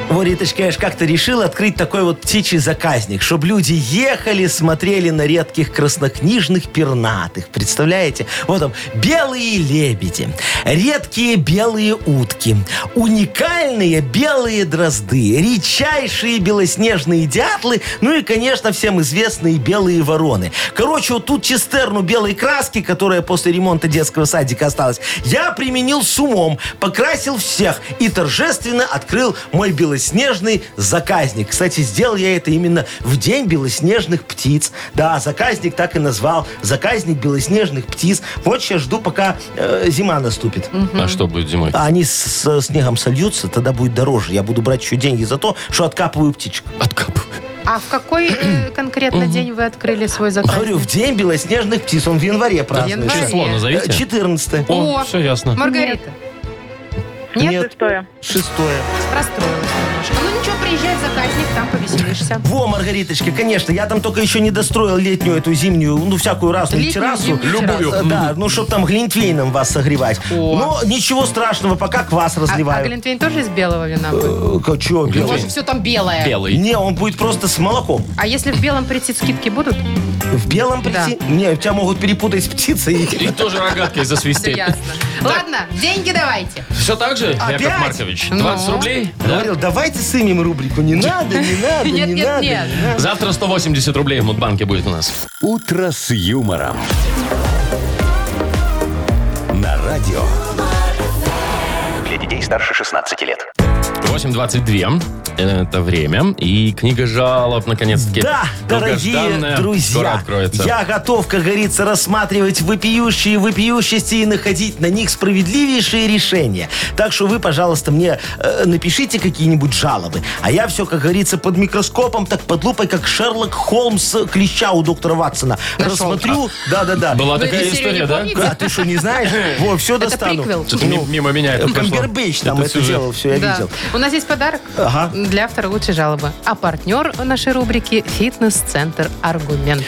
[SPEAKER 3] Во, Риточка, я ж как-то решил открыть такой вот птичий заказник, чтобы люди ехали, смотрели на редких краснокнижных пернатых. Представляете? Вот там белые лебеди, редкие белые утки, уникальные белые дрозды, редчайшие белоснежные дятлы, ну и, конечно, всем известные белые вороны. Короче, вот тут цистерну белой краски, которая после ремонта детского садика осталась, я применил с умом, покрасил всех и торжественно открыл мой белоснежный «Белоснежный заказник». Кстати, сделал я это именно в день белоснежных птиц. Да, заказник так и назвал. Заказник белоснежных птиц. Вот сейчас жду, пока э, зима наступит.
[SPEAKER 2] А что будет зимой?
[SPEAKER 3] А они с, со снегом сольются, тогда будет дороже. Я буду брать еще деньги за то, что откапываю птичек.
[SPEAKER 2] Откапывай.
[SPEAKER 4] А в какой э, конкретно день вы открыли свой заказ?
[SPEAKER 3] Говорю, в день белоснежных птиц. Он в январе празднуется. Э,
[SPEAKER 4] январе.
[SPEAKER 2] Число назовите.
[SPEAKER 3] 14
[SPEAKER 2] О,
[SPEAKER 4] О.
[SPEAKER 2] все ясно.
[SPEAKER 4] Маргарита,
[SPEAKER 3] Нет.
[SPEAKER 10] Шестое.
[SPEAKER 3] Шестое.
[SPEAKER 4] расстроилась немножко. Ну ничего, приезжай в заказник, там повеселишься.
[SPEAKER 3] Во, Маргариточка, конечно, я там только еще не достроил летнюю эту зимнюю, ну, всякую разную
[SPEAKER 4] Летнюю,
[SPEAKER 3] террасу.
[SPEAKER 4] зимнюю Любую.
[SPEAKER 2] террасу.
[SPEAKER 3] Да, ну, чтоб там глинтвейном вас согревать. Но ничего страшного, пока квас
[SPEAKER 4] А, а
[SPEAKER 3] разливаю.
[SPEAKER 4] глинтвейн тоже из белого вина будет?
[SPEAKER 3] Э, чё, белый?
[SPEAKER 4] Может, все там белое.
[SPEAKER 2] Белый.
[SPEAKER 3] Не, он будет просто с молоком.
[SPEAKER 4] А если в белом прийти, скидки будут?
[SPEAKER 3] В белом прийти? Не, тебя могут перепутать с птицей.
[SPEAKER 2] И тоже рогаткой засвистеть.
[SPEAKER 4] Ладно, деньги давайте.
[SPEAKER 2] Все так же, Яков
[SPEAKER 3] Опять?
[SPEAKER 2] Маркович? 20
[SPEAKER 4] Ну.
[SPEAKER 2] рублей? Да?
[SPEAKER 3] Говорил, давайте сымем рубрику. Не надо, не надо,
[SPEAKER 4] Нет,
[SPEAKER 3] не
[SPEAKER 4] нет,
[SPEAKER 3] надо.
[SPEAKER 4] нет.
[SPEAKER 3] не надо.
[SPEAKER 2] Завтра 180 рублей в Мудбанке будет у нас.
[SPEAKER 1] «Утро с юмором». На радио.
[SPEAKER 8] Для детей старше 16 лет.
[SPEAKER 2] 8.22. Это время. И книга жалоб, наконец-таки.
[SPEAKER 3] Да, дорогие
[SPEAKER 2] долгожданная, Скоро
[SPEAKER 3] друзья,
[SPEAKER 2] откроется.
[SPEAKER 3] я готов, как говорится, рассматривать вопиющие вопиющести и находить на них справедливейшие решения. Так что вы, пожалуйста, мне э, напишите какие-нибудь жалобы. А я все, как говорится, под микроскопом, так под лупой, как Шерлок Холмс э, клеща у доктора Ватсона. Рассмотрю,
[SPEAKER 4] А.
[SPEAKER 3] да-да-да.
[SPEAKER 2] Была
[SPEAKER 4] Вы
[SPEAKER 2] такая
[SPEAKER 4] серию не
[SPEAKER 2] история, да?
[SPEAKER 4] помните?
[SPEAKER 3] А ты что, не знаешь? Во, все достану.
[SPEAKER 4] приквел.
[SPEAKER 2] Что-то ми- мимо меня это
[SPEAKER 3] Там
[SPEAKER 2] прошло.
[SPEAKER 3] Камбербэтч Ну, там это
[SPEAKER 2] сюжет.
[SPEAKER 3] делал, все, я
[SPEAKER 4] Да.
[SPEAKER 3] видел.
[SPEAKER 4] У нас есть подарок
[SPEAKER 3] Ага.
[SPEAKER 4] для автора лучшей жалобы. А партнер нашей рубрики «Фитнес-центр Аргумент».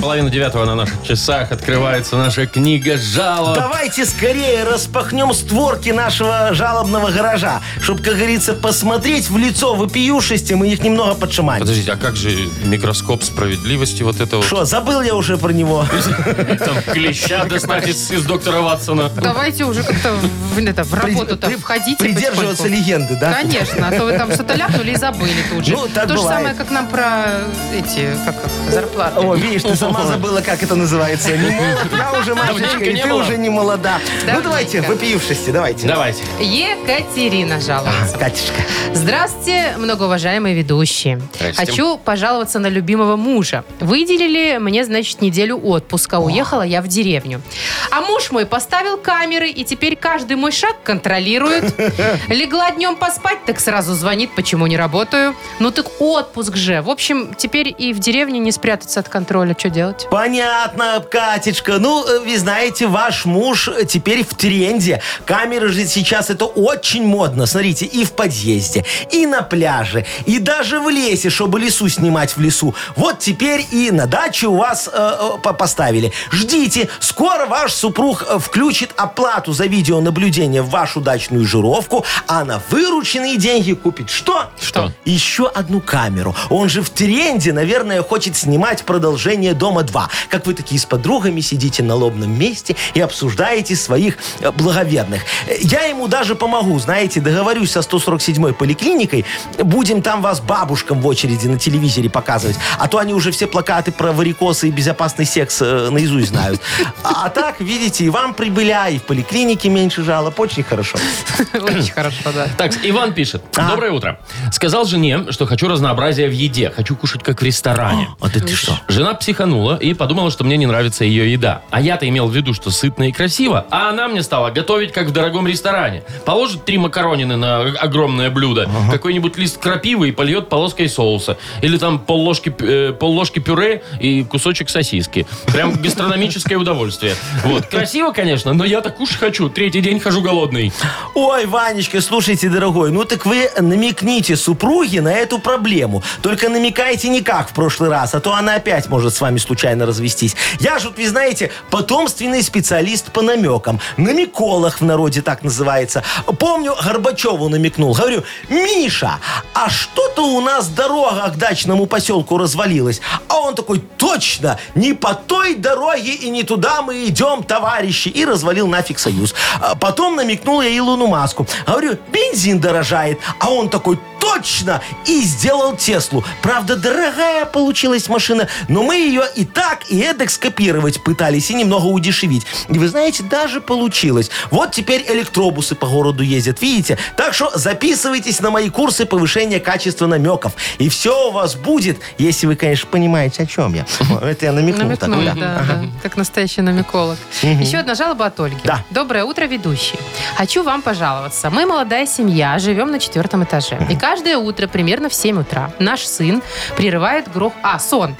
[SPEAKER 2] Половина девятого на наших часах открывается наша книга жалоб.
[SPEAKER 3] Давайте скорее распахнем створки нашего жалобного гаража, чтобы, как говорится, посмотреть в лицо вопиюшестям и их немного подшимать.
[SPEAKER 2] Подождите, а как же микроскоп справедливости вот этого?
[SPEAKER 3] Что, забыл я уже про него?
[SPEAKER 2] Там клеща достать из, из доктора Ватсона.
[SPEAKER 4] Давайте уже как-то в, это, в работу-то
[SPEAKER 3] При-
[SPEAKER 4] входите.
[SPEAKER 3] Придерживаться
[SPEAKER 4] потихоньку.
[SPEAKER 3] легенды, да?
[SPEAKER 4] Конечно, а то вы там что-то ляпнули и забыли тут же.
[SPEAKER 3] Ну, так
[SPEAKER 4] То же
[SPEAKER 3] бывает.
[SPEAKER 4] самое, как нам про эти, как их, зарплаты.
[SPEAKER 3] О, видишь, ты сама забыла, как это называется. Не молод, я уже Машечка,
[SPEAKER 2] Давненько
[SPEAKER 3] и
[SPEAKER 2] не
[SPEAKER 3] ты
[SPEAKER 2] было.
[SPEAKER 3] уже не молода. Ну
[SPEAKER 4] Давненько.
[SPEAKER 3] давайте, вопиюшести, давайте.
[SPEAKER 2] Давайте.
[SPEAKER 4] Екатерина
[SPEAKER 3] А,
[SPEAKER 4] жалуется.
[SPEAKER 3] Катюшка.
[SPEAKER 4] Здравствуйте, многоуважаемые ведущие.
[SPEAKER 2] Здрасте.
[SPEAKER 4] Хочу пожаловаться на любимого мужа. Выделили мне, значит, неделю отпуска. Уехала я в деревню. А муж мой поставил камеры, и теперь каждый мой шаг контролирует. Легла днем поспать, так сразу звонит, почему не работаю. Ну так отпуск же. В общем, теперь и в деревне не спрятаться от контроля. Что делать?
[SPEAKER 3] Понятно, Катечка. Ну, э, вы знаете, ваш муж э, теперь в тренде. Камеры же сейчас это очень модно. Смотрите, и в подъезде, и на пляже, и даже в лесе, чтобы лесу снимать в лесу. Вот теперь и на даче у вас э, э, по- поставили. Ждите, скоро ваш супруг э, включит оплату за видеонаблюдение в вашу дачную жировку, а на вырученные деньги купит что?
[SPEAKER 2] Что?
[SPEAKER 3] Еще одну камеру. Он же в тренде, наверное, хочет снимать продолжение «Дома 2». Как вы такие с подругами сидите на лобном месте и обсуждаете своих э, благоверных. Э, Я ему даже помогу, знаете, договорюсь со 147-й поликлиникой, будем там вас бабушкам в очереди на телевизоре показывать, а то они уже все плакаты про варикосы и безопасный секс э, наизусть знают. А так, видите, и вам прибыля, и в поликлинике меньше жалоб, очень хорошо.
[SPEAKER 4] Очень хорошо, да.
[SPEAKER 2] Так, Иван пишет.
[SPEAKER 3] А.
[SPEAKER 2] Доброе утро. С Сказал жене, что хочу разнообразия в еде. Хочу кушать как в ресторане.
[SPEAKER 3] А ты, ты что?
[SPEAKER 2] Жена психанула и подумала, что мне не нравится ее еда. А я-то имел в виду, что сытно и красиво. А она мне стала готовить, как в дорогом ресторане. Положит три макаронины на огромное блюдо, какой-нибудь лист крапивы и польет полоской соуса. Или там полложки, э, полложки пюре и кусочек сосиски. Прям гастрономическое удовольствие. Вот. Красиво, конечно, но я так уж хочу. Третий день хожу голодный.
[SPEAKER 3] Ой, Ванечка, слушайте, дорогой, ну так вы намекните супруге на эту проблему. Только намекайте не как в прошлый раз, а то она опять может с вами случайно развестись. Я же, вот, вы знаете, потомственный специалист по намекам. Намеколог в народе так называется. Помню, Горбачеву намекнул. Говорю, Миша, а что-то у нас дорога к дачному поселку развалилась. А он такой, точно, не по той дороге и не туда мы идем, товарищи. И развалил нафиг союз. А Потом намекнул я Илону Маску. Говорю, бензин дорожает. А он такой, точно, и сделал Теслу. Правда, дорогая получилась машина, но мы ее и так, и эдак скопировать пытались, и немного удешевить. И вы знаете, даже получилось. Вот теперь электробусы по городу ездят, видите? Так что записывайтесь на мои курсы повышения качества намеков. И все у вас будет, если вы, конечно, понимаете, о чем я. Это я намекнул. так,
[SPEAKER 4] Намекнул,
[SPEAKER 3] да.
[SPEAKER 4] да, да, как настоящий намеколог. Еще одна жалоба от Ольги.
[SPEAKER 3] Да.
[SPEAKER 4] Доброе утро, ведущий. Хочу вам пожаловаться. Мы молодая семья, живем на четвертом этаже. И каждое утро, примерно в 7 утра, наш сын прерывает грох... А, сон.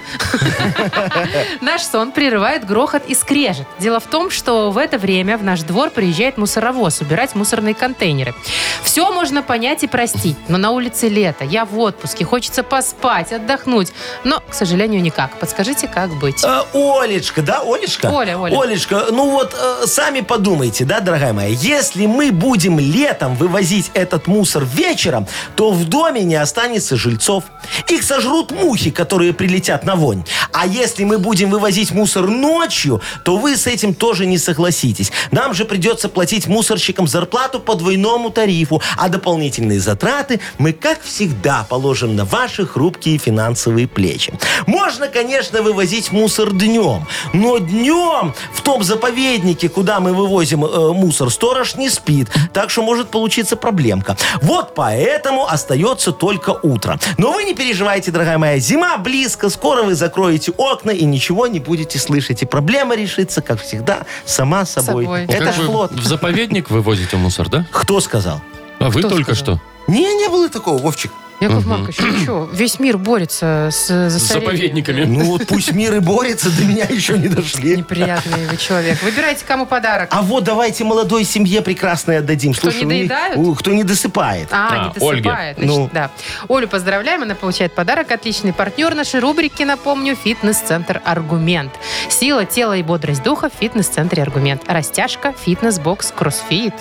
[SPEAKER 4] Наш сон прерывает грохот и скрежет. Дело в том, что в это время в наш двор приезжает мусоровоз убирать мусорные контейнеры. Все можно понять и простить, но на улице лето, я в отпуске, хочется поспать, отдохнуть. Но, к сожалению, никак. Подскажите, как быть?
[SPEAKER 3] Э, Олечка, да, Олечка?
[SPEAKER 4] Оля, Оля.
[SPEAKER 3] Олечка, ну вот э, сами подумайте, да, дорогая моя, если мы будем летом вывозить этот мусор вечером, то в доме не останется жильцов. Их сожрут мухи, которые прилетят на вонь. А если мы будем вывозить мусор ночью, то вы с этим тоже не согласитесь. Нам же придется платить мусорщикам зарплату по двойному тарифу, а дополнительные затраты мы, как всегда, положим на ваши хрупкие финансовые плечи. Можно, конечно, вывозить мусор днем, но днем в том заповеднике, куда мы вывозим э, мусор, сторож не спит, так что может получиться проблемка. Вот поэтому остается только утро. Но вы не переживайте, дорогая моя, зима близко, скоро вы закроете окна и ничего не будете слышать. И проблема решится, как всегда, сама собой.
[SPEAKER 4] Собой.
[SPEAKER 2] Как
[SPEAKER 3] Это ж
[SPEAKER 2] вы
[SPEAKER 3] флот.
[SPEAKER 2] В заповедник вывозите мусор, да?
[SPEAKER 3] Кто сказал?
[SPEAKER 2] А вы
[SPEAKER 4] Кто
[SPEAKER 2] только
[SPEAKER 4] сказал?
[SPEAKER 2] что.
[SPEAKER 3] Не, не было такого, Вовчик.
[SPEAKER 4] Яков Маркович, ну что, весь мир борется с э,
[SPEAKER 2] С
[SPEAKER 4] засорением.
[SPEAKER 2] заповедниками.
[SPEAKER 3] Ну вот пусть мир и борется, до меня еще не дошли.
[SPEAKER 4] Неприятный вы человек. Выбирайте, кому подарок.
[SPEAKER 3] А вот давайте молодой семье прекрасное отдадим.
[SPEAKER 4] Кто
[SPEAKER 3] Слушай, у них-
[SPEAKER 4] недоедают?
[SPEAKER 3] у- кто не досыпает.
[SPEAKER 2] А,
[SPEAKER 4] А, не досыпает.
[SPEAKER 3] Ольге.
[SPEAKER 4] Значит,
[SPEAKER 3] Ну.
[SPEAKER 4] да. Олю поздравляем, она получает подарок. Отличный партнер нашей рубрики, напомню, фитнес-центр «Аргумент». Сила тела и бодрость духа в фитнес-центре «Аргумент». Растяжка, фитнес-бокс, кроссфит,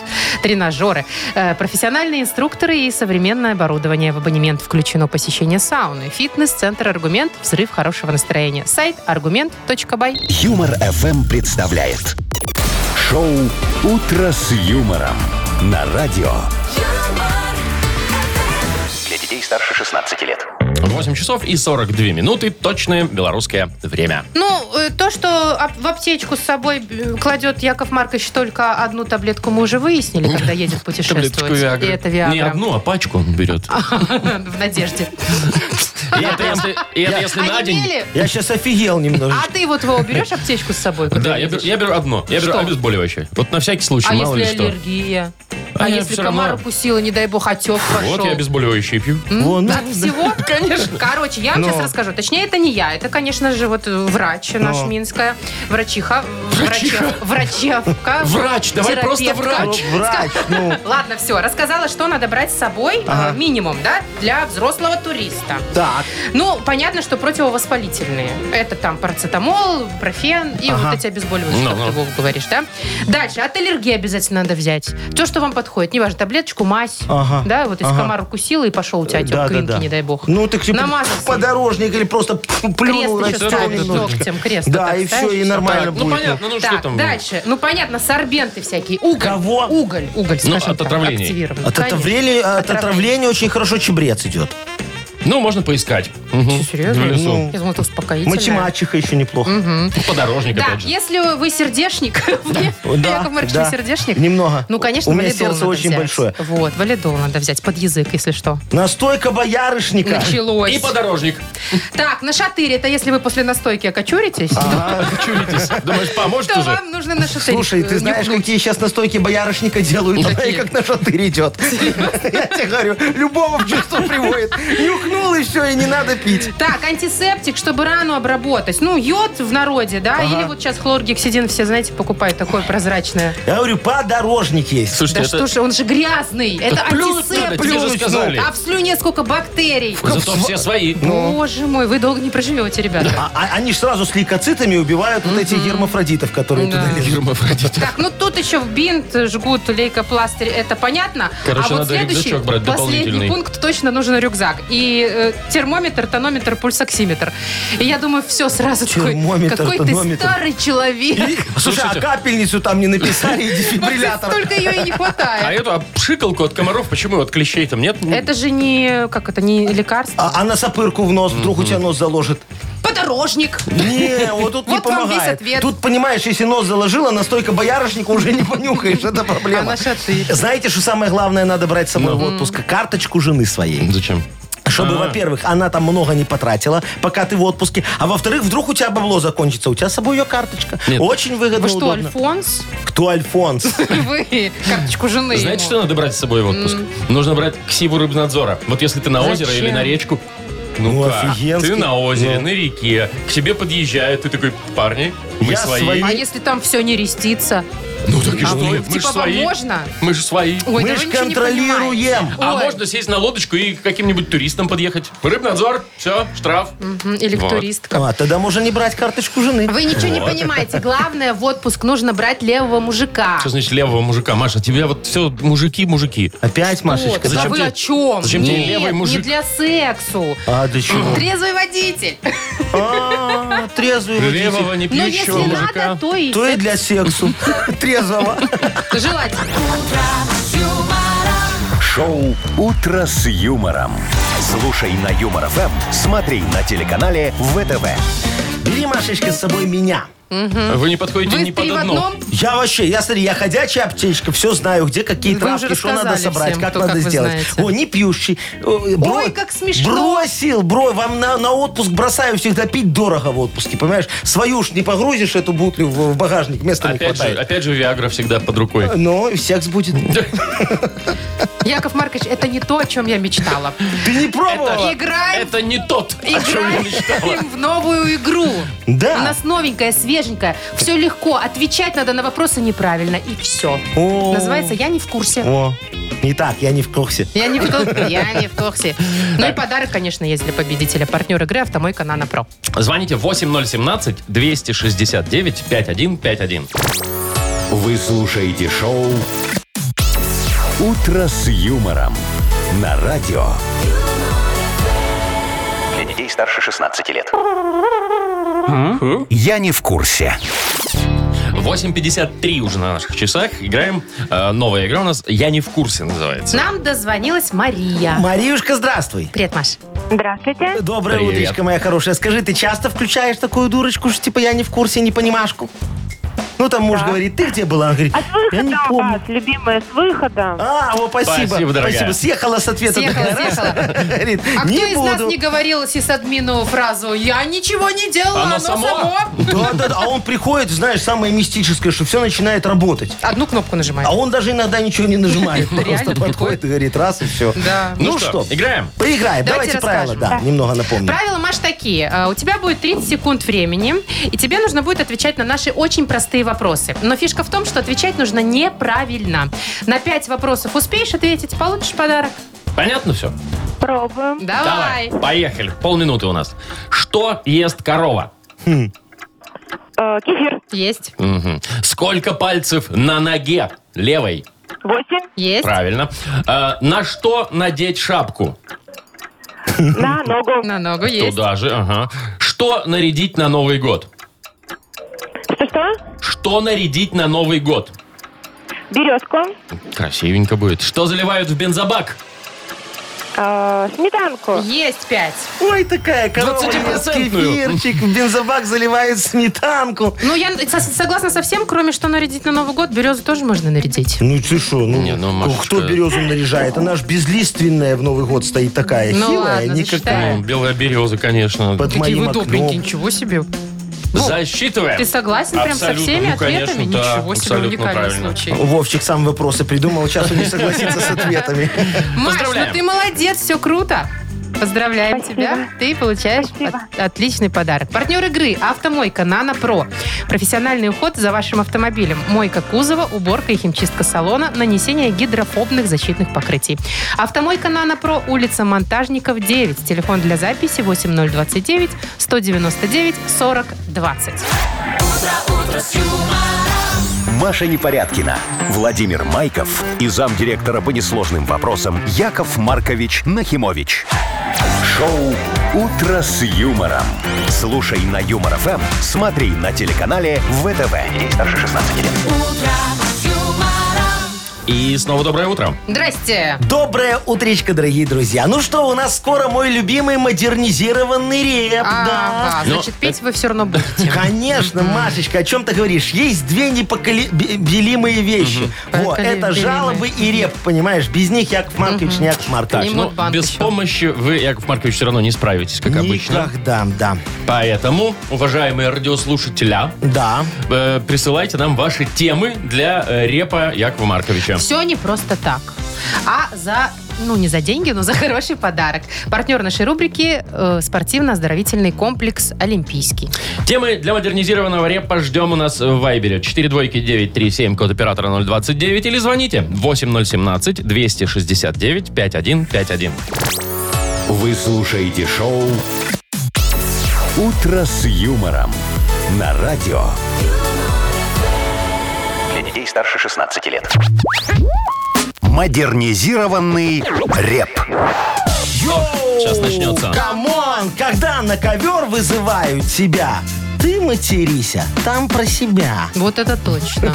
[SPEAKER 4] тренажеры, э, профессиональные инструкторы и современное оборудование. В абонемент включено посещение сауны. Фитнес-центр «Аргумент» – взрыв хорошего настроения. Сайт аргумент.бай.
[SPEAKER 1] Юмор FM представляет шоу Утро с юмором на радио.
[SPEAKER 8] Для детей старше 16 лет.
[SPEAKER 2] 8 часов и 42 минуты. Точное белорусское время.
[SPEAKER 5] Ну, э, то, что ап- в аптечку с собой э, кладет Яков Маркович только одну таблетку, мы уже выяснили, когда едет
[SPEAKER 2] Таблеточку
[SPEAKER 5] путешествовать.
[SPEAKER 2] Виагры.
[SPEAKER 5] И это
[SPEAKER 2] Не
[SPEAKER 5] Виагра.
[SPEAKER 2] одну, а пачку он берет.
[SPEAKER 5] В надежде.
[SPEAKER 2] И это если- и это Ну, если
[SPEAKER 5] А Они
[SPEAKER 2] на день...
[SPEAKER 5] пели?
[SPEAKER 3] Я сейчас офигел
[SPEAKER 5] А
[SPEAKER 3] немножечко.
[SPEAKER 5] ты вот, Вова, берешь аптечку с собой? когда
[SPEAKER 2] Да, я беру,
[SPEAKER 5] едешь?
[SPEAKER 2] я беру одно. Я беру
[SPEAKER 5] Что?
[SPEAKER 2] обезболивающее. Вот на всякий случай,
[SPEAKER 5] А
[SPEAKER 2] мало
[SPEAKER 5] если
[SPEAKER 2] ли что.
[SPEAKER 5] аллергия?
[SPEAKER 2] А
[SPEAKER 5] А
[SPEAKER 2] я
[SPEAKER 5] если
[SPEAKER 2] всё равно-
[SPEAKER 5] комара укусила, не дай бог, отек пошел?
[SPEAKER 2] Вот я обезболивающее пью.
[SPEAKER 5] Ну,
[SPEAKER 3] Вон.
[SPEAKER 5] От всего? Конечно. Короче, я вам
[SPEAKER 3] Но.
[SPEAKER 5] сейчас расскажу. Точнее, это не я. Это, конечно же, вот э, врач наш
[SPEAKER 3] Но.
[SPEAKER 5] минская. Врачиха. Врачиха. Врачевка.
[SPEAKER 2] Врач, давай просто
[SPEAKER 5] терапевтка.
[SPEAKER 2] врач.
[SPEAKER 3] Врач, ну,
[SPEAKER 5] Ладно, все. Рассказала, что надо брать с собой э,
[SPEAKER 3] Ага.
[SPEAKER 5] минимум, да, для взрослого туриста.
[SPEAKER 3] так.
[SPEAKER 5] Ну, понятно, что противовоспалительные. Это там парацетамол, профен и
[SPEAKER 3] Ага.
[SPEAKER 5] вот эти обезболивающие,
[SPEAKER 2] Ну,
[SPEAKER 5] как
[SPEAKER 2] ну.
[SPEAKER 5] ты, Вов, говоришь, да? Дальше, от аллергии обязательно надо взять. То, что вам подходит, неважно, таблеточку, мазь,
[SPEAKER 3] Ага.
[SPEAKER 5] да, вот если
[SPEAKER 3] Ага.
[SPEAKER 5] комар укусил и пошел у тебя отек,
[SPEAKER 3] Да, да,
[SPEAKER 5] кринки,
[SPEAKER 3] да.
[SPEAKER 5] не дай бог.
[SPEAKER 3] Ну, так типа
[SPEAKER 5] Намазался.
[SPEAKER 3] подорожник или просто плюнул
[SPEAKER 5] Крест еще
[SPEAKER 3] растяжку
[SPEAKER 5] ставишь
[SPEAKER 3] немножечко.
[SPEAKER 5] ногтем, крест вот
[SPEAKER 3] Да,
[SPEAKER 5] так
[SPEAKER 3] и все,
[SPEAKER 5] ставишь,
[SPEAKER 3] и
[SPEAKER 5] всё.
[SPEAKER 3] нормально
[SPEAKER 2] Так, ну
[SPEAKER 3] будет.
[SPEAKER 2] понятно, ну что
[SPEAKER 5] так,
[SPEAKER 2] там.
[SPEAKER 5] дальше. Ну, понятно, сорбенты всякие. Уголь.
[SPEAKER 3] Кого?
[SPEAKER 5] Уголь. Уголь,
[SPEAKER 2] Ну,
[SPEAKER 5] скажем
[SPEAKER 2] от
[SPEAKER 5] так,
[SPEAKER 2] отравления.
[SPEAKER 5] активированный.
[SPEAKER 3] От
[SPEAKER 5] Конечно.
[SPEAKER 3] отравления, от отравления очень хорошо чебрец идет.
[SPEAKER 2] Ну, можно поискать. Мгм.
[SPEAKER 4] Серьезно?
[SPEAKER 2] В Ну, лесу.
[SPEAKER 4] Я думала, это успокоительное.
[SPEAKER 3] Мочемачиха еще неплохо.
[SPEAKER 2] Подорожник,
[SPEAKER 4] Да,
[SPEAKER 2] опять же.
[SPEAKER 4] если вы сердечник,
[SPEAKER 3] Да,
[SPEAKER 4] Яков Маркович,
[SPEAKER 3] да.
[SPEAKER 4] вы сердечник?
[SPEAKER 3] Немного.
[SPEAKER 4] Ну, конечно,
[SPEAKER 3] У меня
[SPEAKER 4] валидол
[SPEAKER 3] сердце
[SPEAKER 4] надо
[SPEAKER 3] очень
[SPEAKER 4] взять.
[SPEAKER 3] большое.
[SPEAKER 4] Вот, валидол надо взять под язык, если что.
[SPEAKER 3] Настойка боярышника.
[SPEAKER 4] Началось.
[SPEAKER 2] И подорожник.
[SPEAKER 4] Так, на шатыре, это если вы после настойки окочуритесь,
[SPEAKER 3] А,
[SPEAKER 2] А, Чуритесь. Думаешь, поможет
[SPEAKER 4] то
[SPEAKER 2] уже?
[SPEAKER 4] вам нужно на шатырь.
[SPEAKER 3] ну, Слушай, ты
[SPEAKER 4] э,
[SPEAKER 3] знаешь,
[SPEAKER 4] нюхнуть.
[SPEAKER 3] какие сейчас настойки боярышника делают? Она и
[SPEAKER 4] Какие?
[SPEAKER 3] как на шатырь идет. Я тебе говорю, любого в чувство приводит. Нюхнул и все, и не надо пить.
[SPEAKER 4] Так, антисептик, чтобы рану обработать. Ну, йод в народе, да? Или вот сейчас хлоргексидин все, знаете, покупают такое прозрачное.
[SPEAKER 3] Я говорю, подорожник есть.
[SPEAKER 2] Слушайте,
[SPEAKER 4] да
[SPEAKER 2] это-
[SPEAKER 4] что же, он же грязный. Это
[SPEAKER 2] плюнуть надо, тебе же
[SPEAKER 5] ну.
[SPEAKER 4] антисептик.
[SPEAKER 2] сказали.
[SPEAKER 4] А в слюне сколько бактерий.
[SPEAKER 2] Зато все свои.
[SPEAKER 4] Боже мой, вы долго не проживете, ребята.
[SPEAKER 3] А- а- они же сразу с лейкоцитами убивают вот этих гермафродитов, которые туда лезут.
[SPEAKER 2] Гермафродит.
[SPEAKER 4] Так, ну тут еще в бинт, жгут, лейкопластырь, это понятно.
[SPEAKER 2] Короче,
[SPEAKER 4] а вот
[SPEAKER 2] надо
[SPEAKER 4] следующий,
[SPEAKER 2] рюкзачок брать дополнительный.
[SPEAKER 4] последний пункт, точно нужен рюкзак. И э, термометр, тонометр, пульсоксиметр. И я думаю, все сразу такой,
[SPEAKER 3] Термометр,
[SPEAKER 4] какой ты
[SPEAKER 3] тонометр.
[SPEAKER 4] старый человек.
[SPEAKER 3] Слушай, а
[SPEAKER 2] Слушайте.
[SPEAKER 3] капельницу там не написали и дефибриллятор.
[SPEAKER 4] Только ее и не
[SPEAKER 2] А
[SPEAKER 4] хватает.
[SPEAKER 2] эту а, пшикалку от комаров, почему от клещей там нет?
[SPEAKER 4] Это же не, как это, не лекарство.
[SPEAKER 3] А, а носопырку в нос, вдруг у тебя нос заложит.
[SPEAKER 4] Подорожник.
[SPEAKER 3] Не, вот тут не
[SPEAKER 4] Вот вам весь
[SPEAKER 3] помогает.
[SPEAKER 4] ответ.
[SPEAKER 3] Тут, понимаешь, если нос заложила, настойка боярышника уже не понюхаешь. Это
[SPEAKER 4] А
[SPEAKER 3] проблема.
[SPEAKER 4] на шатырь.
[SPEAKER 3] Знаете, что самое главное надо брать с собой в отпуск? Карточку жены своей.
[SPEAKER 2] Зачем?
[SPEAKER 3] Чтобы, во-первых, она там много не потратила, пока ты в отпуске. А во-вторых, вдруг у тебя бабло закончится. У тебя с собой ее карточка.
[SPEAKER 2] Нет.
[SPEAKER 3] Очень выгодно,
[SPEAKER 4] Вы что,
[SPEAKER 3] удобно.
[SPEAKER 4] Альфонс?
[SPEAKER 3] Кто Альфонс?
[SPEAKER 4] Вы карточку жены
[SPEAKER 2] Знаете,
[SPEAKER 4] ему.
[SPEAKER 2] что надо брать с собой в отпуск? Нужно брать ксиву рыбнадзора. Вот если ты на озеро или на речку,
[SPEAKER 3] Ну,
[SPEAKER 2] как?
[SPEAKER 3] офигенский.
[SPEAKER 2] Ты на озере,
[SPEAKER 3] Ну.
[SPEAKER 2] на реке, к себе подъезжают, ты такой, парни, мы
[SPEAKER 3] Я
[SPEAKER 2] свои.
[SPEAKER 3] свои.
[SPEAKER 4] А если там все не рестится?
[SPEAKER 2] Ну так и
[SPEAKER 4] А
[SPEAKER 2] что?
[SPEAKER 4] вы,
[SPEAKER 2] Мы же
[SPEAKER 4] типа, вам
[SPEAKER 2] свои.
[SPEAKER 4] можно?
[SPEAKER 2] Мы же свои.
[SPEAKER 4] Ой, да
[SPEAKER 3] Мы
[SPEAKER 4] вы
[SPEAKER 3] ж
[SPEAKER 4] ничего не
[SPEAKER 3] контролируем.
[SPEAKER 4] понимаете.
[SPEAKER 2] А
[SPEAKER 4] Ой.
[SPEAKER 2] можно сесть на лодочку и к каким-нибудь туристам подъехать. Рыбнадзор, все, штраф.
[SPEAKER 4] Мгм, Или к
[SPEAKER 2] Вот.
[SPEAKER 4] туристкам.
[SPEAKER 3] А, тогда можно не брать карточку жены.
[SPEAKER 4] Вы ничего не понимаете. Главное, в отпуск нужно брать левого мужика.
[SPEAKER 2] Что значит левого мужика? Маша, тебя вот все мужики-мужики.
[SPEAKER 3] Опять, Машечка?
[SPEAKER 4] Вот, да
[SPEAKER 2] зачем
[SPEAKER 4] А вы
[SPEAKER 2] тебе-
[SPEAKER 4] о чем?
[SPEAKER 2] зачем тебе
[SPEAKER 4] Нет,
[SPEAKER 2] левый мужик?
[SPEAKER 4] не для сексу.
[SPEAKER 3] А, для чего?
[SPEAKER 4] Трезвый водитель.
[SPEAKER 3] А, Трезвый водитель.
[SPEAKER 2] Левого не
[SPEAKER 4] Но Ну, если
[SPEAKER 2] пьющего
[SPEAKER 4] надо,
[SPEAKER 2] мужика.
[SPEAKER 4] то и
[SPEAKER 3] То и для сексу. Трезвого.
[SPEAKER 4] желательно.
[SPEAKER 1] Шоу «Утро с юмором». Слушай на Юмор ФМ, смотри на телеканале ВТВ.
[SPEAKER 3] Бери, Машечка, с собой меня.
[SPEAKER 2] Вы не подходите
[SPEAKER 4] Вы
[SPEAKER 2] ни под
[SPEAKER 4] три в
[SPEAKER 2] одно.
[SPEAKER 4] одном?
[SPEAKER 3] Я вообще, я смотри, я ходячая аптечка, все знаю, где какие
[SPEAKER 4] Вы
[SPEAKER 3] травки,
[SPEAKER 4] уже
[SPEAKER 3] что надо
[SPEAKER 4] рассказали
[SPEAKER 3] собрать,
[SPEAKER 4] всем,
[SPEAKER 3] как
[SPEAKER 4] кто
[SPEAKER 3] надо
[SPEAKER 4] как вы
[SPEAKER 3] сделать.
[SPEAKER 4] знаете.
[SPEAKER 3] О, не пьющий. Ой,
[SPEAKER 4] как смешно.
[SPEAKER 3] Бросил, бро, вам на, на отпуск бросаю всегда пить дорого в отпуске, понимаешь? Свою ж не погрузишь эту бутлю в, в багажник, места не
[SPEAKER 2] Опять же,
[SPEAKER 3] хватает.
[SPEAKER 2] опять же, Виагра всегда под рукой.
[SPEAKER 3] Ну, и секс будет.
[SPEAKER 4] Яков Маркович, это не то, о чем я мечтала.
[SPEAKER 3] Ты не пробовала?
[SPEAKER 4] Играем
[SPEAKER 2] Это не тот, о чем я мечтала.
[SPEAKER 4] Играем в новую игру.
[SPEAKER 3] Да.
[SPEAKER 2] А.
[SPEAKER 4] У нас новенькая, свеженькая. Все легко. Отвечать надо на вопросы неправильно. И все.
[SPEAKER 3] О.
[SPEAKER 4] Называется «Я не в курсе».
[SPEAKER 3] О, не так, я не в курсе.
[SPEAKER 4] Я не в курсе. Я не в курсе. Ну и подарок, конечно, есть для победителя. Партнер игры «Автомойка Нано Про».
[SPEAKER 2] Звоните 8017-269-5151.
[SPEAKER 1] Вы слушаете шоу «Утро с юмором» на радио.
[SPEAKER 8] Для детей старше 16 лет.
[SPEAKER 1] Я не в курсе.
[SPEAKER 2] 8.53 уже на наших часах. Играем. Э, новая игра у нас «Я не в курсе» называется.
[SPEAKER 4] Нам дозвонилась Мария.
[SPEAKER 3] Мариюшка, здравствуй.
[SPEAKER 4] Привет, Маш.
[SPEAKER 10] Здравствуйте.
[SPEAKER 3] Доброе
[SPEAKER 2] Привет.
[SPEAKER 3] утречко, моя хорошая. Скажи, ты часто включаешь такую дурочку, что типа я не в курсе, не понимашку? Ну, там муж говорит, ты где была? Она говорит,
[SPEAKER 4] А
[SPEAKER 10] От
[SPEAKER 3] я не
[SPEAKER 10] выхода у
[SPEAKER 3] помню.
[SPEAKER 10] вас, любимая, с выхода.
[SPEAKER 3] А, о, спасибо.
[SPEAKER 2] Спасибо, дорогая.
[SPEAKER 3] Съехала с ответа.
[SPEAKER 4] Съехала,
[SPEAKER 3] такая, раз.
[SPEAKER 4] съехала.
[SPEAKER 3] Говорит,
[SPEAKER 4] А кто
[SPEAKER 3] не
[SPEAKER 4] из
[SPEAKER 3] буду.
[SPEAKER 4] нас не говорил сисадмину фразу «Я ничего не делала,
[SPEAKER 2] Оно
[SPEAKER 4] оно,
[SPEAKER 2] само».
[SPEAKER 4] само.
[SPEAKER 3] Да, да, да. А он приходит, знаешь, самое мистическое, что все начинает работать.
[SPEAKER 4] Одну кнопку нажимает.
[SPEAKER 3] А он даже иногда ничего не нажимает. Просто
[SPEAKER 4] Реально
[SPEAKER 3] подходит и говорит, раз, и все.
[SPEAKER 4] Да.
[SPEAKER 3] Ну что,
[SPEAKER 2] играем?
[SPEAKER 3] поиграем. Давайте
[SPEAKER 4] Давайте
[SPEAKER 3] правила,
[SPEAKER 4] расскажем.
[SPEAKER 3] да, немного напомним.
[SPEAKER 4] Правила, Маш, такие. А, У тебя будет 30 секунд времени, и тебе нужно будет отвечать на наши очень простые вопросы. Но фишка в том, что отвечать нужно неправильно. На 5 вопросов успеешь ответить, получишь подарок.
[SPEAKER 2] Понятно все?
[SPEAKER 10] Пробуем.
[SPEAKER 4] Давай.
[SPEAKER 2] Поехали. Полминуты у нас. Что ест корова?
[SPEAKER 10] Э, Кефир.
[SPEAKER 4] Есть.
[SPEAKER 2] Мгм. Сколько пальцев на ноге? Левой.
[SPEAKER 10] Восемь.
[SPEAKER 4] Есть.
[SPEAKER 2] Правильно. Э, на что надеть шапку?
[SPEAKER 10] На ногу.
[SPEAKER 4] На
[SPEAKER 2] А
[SPEAKER 4] ногу Ну, есть.
[SPEAKER 2] Туда же. Ага. Что нарядить на Новый год?
[SPEAKER 10] Что-что?
[SPEAKER 2] Что нарядить на Новый год?
[SPEAKER 10] Березку.
[SPEAKER 2] Красивенько будет. Что заливают в бензобак?
[SPEAKER 10] Э, сметанку.
[SPEAKER 4] Есть пять.
[SPEAKER 3] Ой, такая корова.
[SPEAKER 2] 20-процентную.
[SPEAKER 3] Кефирчик, в бензобак заливает сметанку.
[SPEAKER 4] Ну, я со- согласна со всем, кроме что нарядить на Новый год, березу тоже можно нарядить.
[SPEAKER 3] Ну ты что, ну,
[SPEAKER 2] Не, ну, Машечка-
[SPEAKER 3] кто березу наряжает? Она ж безлиственная в Новый год стоит такая,
[SPEAKER 4] Ну
[SPEAKER 3] хилая,
[SPEAKER 4] ладно,
[SPEAKER 3] никакая.
[SPEAKER 4] засчитаем.
[SPEAKER 2] Ну, белая береза, конечно.
[SPEAKER 3] Под
[SPEAKER 4] Какие
[SPEAKER 3] моим
[SPEAKER 4] вы
[SPEAKER 3] окном.
[SPEAKER 4] добренькие, ничего себе.
[SPEAKER 2] Засчитываем.
[SPEAKER 4] Ты согласен прям со
[SPEAKER 2] Абсолютно.
[SPEAKER 4] всеми
[SPEAKER 2] Ну,
[SPEAKER 4] ответами?
[SPEAKER 2] конечно, да,
[SPEAKER 4] Ничего себе,
[SPEAKER 2] абсолютно
[SPEAKER 4] уникальный
[SPEAKER 2] правильно.
[SPEAKER 4] случай.
[SPEAKER 3] Вовчик сам вопросы придумал, сейчас он не согласится с ответами.
[SPEAKER 4] Маш,
[SPEAKER 2] Поздравляем.
[SPEAKER 4] ну ты молодец, все круто. Поздравляем
[SPEAKER 10] Спасибо.
[SPEAKER 4] тебя. Ты получаешь
[SPEAKER 10] Спасибо.
[SPEAKER 4] от- отличный подарок. Партнер игры «Автомойка Нано Про». Профессиональный уход за вашим автомобилем. Мойка кузова, уборка и химчистка салона, нанесение гидрофобных защитных покрытий. «Автомойка Нано Про», улица Монтажников, 9. Телефон для записи 8029 199 40 20.
[SPEAKER 1] Маша Непорядкина, Владимир Майков и замдиректора по несложным вопросам Яков Маркович Нахимович. Шоу «Утро с юмором». Слушай на Юмор ФМ, смотри на телеканале ВТВ. Ей старше 16 лет.
[SPEAKER 2] И снова доброе утро.
[SPEAKER 4] Здрасте.
[SPEAKER 3] Доброе утречко, дорогие друзья. Ну что, у нас скоро мой любимый модернизированный реп, да.
[SPEAKER 4] Ага, значит, петь вы все равно будете.
[SPEAKER 3] Конечно, Машечка, о чем ты говоришь? Есть две непоколебимые вещи. Вот, это
[SPEAKER 4] Поколебимые.
[SPEAKER 3] жалобы и реп, понимаешь? Без них Яков Маркович не Яков
[SPEAKER 2] Так,
[SPEAKER 3] Маркович.
[SPEAKER 4] И
[SPEAKER 2] ну,
[SPEAKER 4] Мудбанк
[SPEAKER 2] без
[SPEAKER 4] еще.
[SPEAKER 2] помощи вы, Яков Маркович, все равно не справитесь, как обычно.
[SPEAKER 3] Никогда, да.
[SPEAKER 2] Поэтому, уважаемые радиослушателя,
[SPEAKER 3] Да.
[SPEAKER 2] э, присылайте нам ваши темы для э, репа Якова Марковича.
[SPEAKER 4] Все не просто так, а за, ну не за деньги, но за хороший подарок. Партнер нашей рубрики э, спортивно-оздоровительный комплекс «Олимпийский».
[SPEAKER 2] Темы для модернизированного репа ждем у нас в Вайбере. 4 двойки 937, код оператора 029. Или звоните 8017-269-5151.
[SPEAKER 1] Вы слушаете шоу «Утро с юмором» на радио.
[SPEAKER 11] Для детей старше 16 лет.
[SPEAKER 1] Модернизированный реп.
[SPEAKER 2] Сейчас начнется.
[SPEAKER 3] Камон, когда на ковер вызывают тебя, ты материся, там про себя.
[SPEAKER 4] Вот это точно.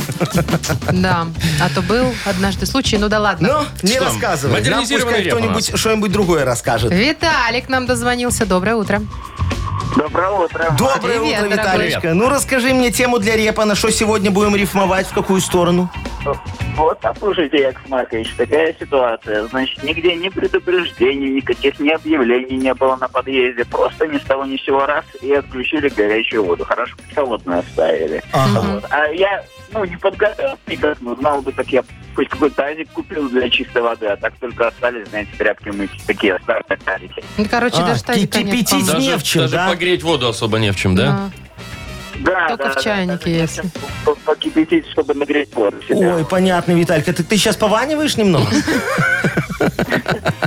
[SPEAKER 4] Да, а то был однажды случай, ну да ладно.
[SPEAKER 3] Ну, не
[SPEAKER 2] Что,
[SPEAKER 3] рассказывай. Нам пускай
[SPEAKER 2] модернизированный реп у
[SPEAKER 3] кто-нибудь что-нибудь другое расскажет.
[SPEAKER 4] Виталик нам дозвонился. Доброе утро.
[SPEAKER 7] Доброе утро.
[SPEAKER 3] Доброе
[SPEAKER 4] Привет,
[SPEAKER 3] утро,
[SPEAKER 4] дорогой.
[SPEAKER 3] Виталечка. Ну, расскажи мне тему для репа, на что сегодня будем рифмовать, в какую сторону.
[SPEAKER 7] Вот, послушайте, Яков Маркович, такая ситуация. Значит, нигде ни предупреждений, никаких ни объявлений не было на подъезде. Просто ни с того ни с сего раз и отключили горячую воду. Хорошо, хоть холодную оставили. Вот. А я, ну, не подготовился никак, ну, знал бы, так я хоть какой тазик купил для чистой воды, а так только остались, знаете, тряпки мыть, такие старые тазики.
[SPEAKER 4] Ну, короче,
[SPEAKER 3] А,
[SPEAKER 4] даже тазика нет,
[SPEAKER 3] кипятить
[SPEAKER 4] по-моему.
[SPEAKER 3] не в чем,
[SPEAKER 2] даже
[SPEAKER 3] да?
[SPEAKER 2] погреть воду особо не в чем, да?
[SPEAKER 4] Да.
[SPEAKER 7] Да,
[SPEAKER 4] Только
[SPEAKER 7] да,
[SPEAKER 4] в
[SPEAKER 7] да,
[SPEAKER 4] чайнике,
[SPEAKER 7] даже не
[SPEAKER 4] если.
[SPEAKER 7] совсем по- Покипятить, чтобы нагреть воду. себе.
[SPEAKER 3] Ой, понятно, Виталька. Ты, ты сейчас пованиваешь немного?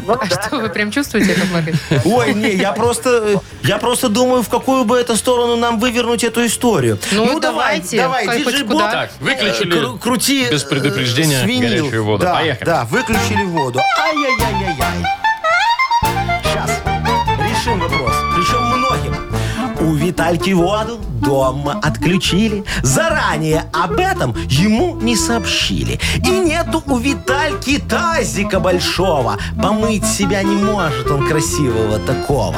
[SPEAKER 7] Ну,
[SPEAKER 4] А
[SPEAKER 7] да,
[SPEAKER 4] что, вы прям чувствуете, как Маркович?
[SPEAKER 3] Ой, не, я просто, э, я просто думаю, в какую бы эту сторону нам вывернуть эту историю.
[SPEAKER 4] Ну,
[SPEAKER 3] давай,
[SPEAKER 4] давайте,
[SPEAKER 3] Давай,
[SPEAKER 4] хоть
[SPEAKER 3] диджей
[SPEAKER 4] куда.
[SPEAKER 3] Боб,
[SPEAKER 2] Так, выключили
[SPEAKER 3] э, кру- крути
[SPEAKER 2] без
[SPEAKER 3] э,
[SPEAKER 2] предупреждения
[SPEAKER 3] свинил.
[SPEAKER 2] горячую воду.
[SPEAKER 3] Да,
[SPEAKER 2] Поехали.
[SPEAKER 3] Да, выключили воду. Ай-яй-яй-яй-яй. Сейчас решим вопрос. Причем многим. У Витальки воду дома отключили. Заранее об этом ему не сообщили. И нету у Витальки тазика большого. Помыть себя не может он красивого такого.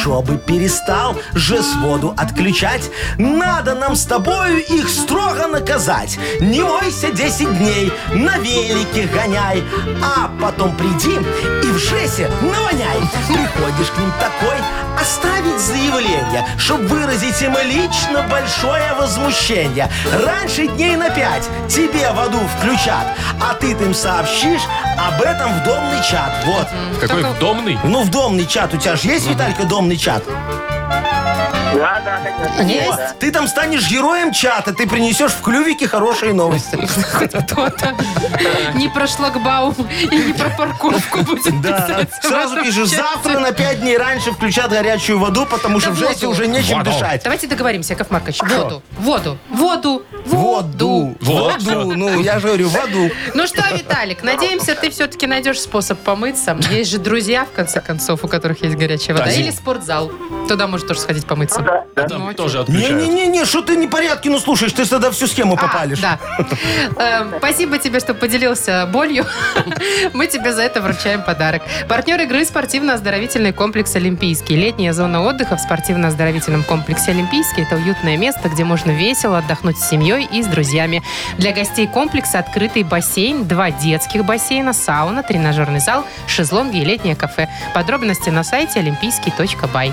[SPEAKER 3] Чтобы перестал же с воду отключать, надо нам с тобою их строго наказать. Не мойся 10 дней, на велике гоняй, а потом приди и в жесе навоняй. Приходишь к ним такой, оставить заявление, чтобы выразить им лично большое возмущение. Раньше дней на пять тебе воду включат, а ты им сообщишь об этом в домный чат. Вот.
[SPEAKER 2] Какой
[SPEAKER 4] Только-
[SPEAKER 2] домный?
[SPEAKER 3] Ну, в домный чат у тебя же есть, Виталька, домный чат?
[SPEAKER 7] Да, да, конечно.
[SPEAKER 4] Есть.
[SPEAKER 7] Да.
[SPEAKER 3] Ты там станешь героем чата, ты принесешь в клювике хорошие новости.
[SPEAKER 4] Хоть кто-то не про шлагбаум и не про парковку будет
[SPEAKER 3] Да.
[SPEAKER 4] писать.
[SPEAKER 3] Сразу
[SPEAKER 4] Вот
[SPEAKER 3] пишу,
[SPEAKER 4] вообще.
[SPEAKER 3] завтра на 5 дней раньше включат горячую воду, потому что
[SPEAKER 4] Да
[SPEAKER 3] в жесте
[SPEAKER 4] воду.
[SPEAKER 3] уже нечем
[SPEAKER 2] Воду.
[SPEAKER 3] дышать.
[SPEAKER 4] Давайте договоримся, Яков Маркович.
[SPEAKER 3] Что?
[SPEAKER 4] Воду, воду, воду, воду.
[SPEAKER 3] Воду. Воду. Ну, я же говорю, воду.
[SPEAKER 4] Ну что, Виталик, надеемся, ты все-таки найдешь способ помыться. Есть же друзья, в конце концов, у которых есть горячая вода.
[SPEAKER 2] Тазик.
[SPEAKER 4] Или спортзал. Туда можешь тоже сходить помыться.
[SPEAKER 2] получается?
[SPEAKER 12] Да, да.
[SPEAKER 2] Там тоже отключают.
[SPEAKER 3] Не-не-не, что ты непорядки, ну слушаешь, ты ж тогда всю схему попалишь.
[SPEAKER 4] А, Да. Эм, Спасибо тебе, что поделился болью. Мы тебе за это вручаем подарок. Партнер игры спортивно-оздоровительный комплекс «Олимпийский». Летняя зона отдыха в спортивно-оздоровительном комплексе «Олимпийский» – это уютное место, где можно весело отдохнуть с семьей и с друзьями. Для гостей комплекса открытый бассейн, два детских бассейна, сауна, тренажерный зал, шезлонги и летнее кафе. Подробности на сайте олимпийский.бай.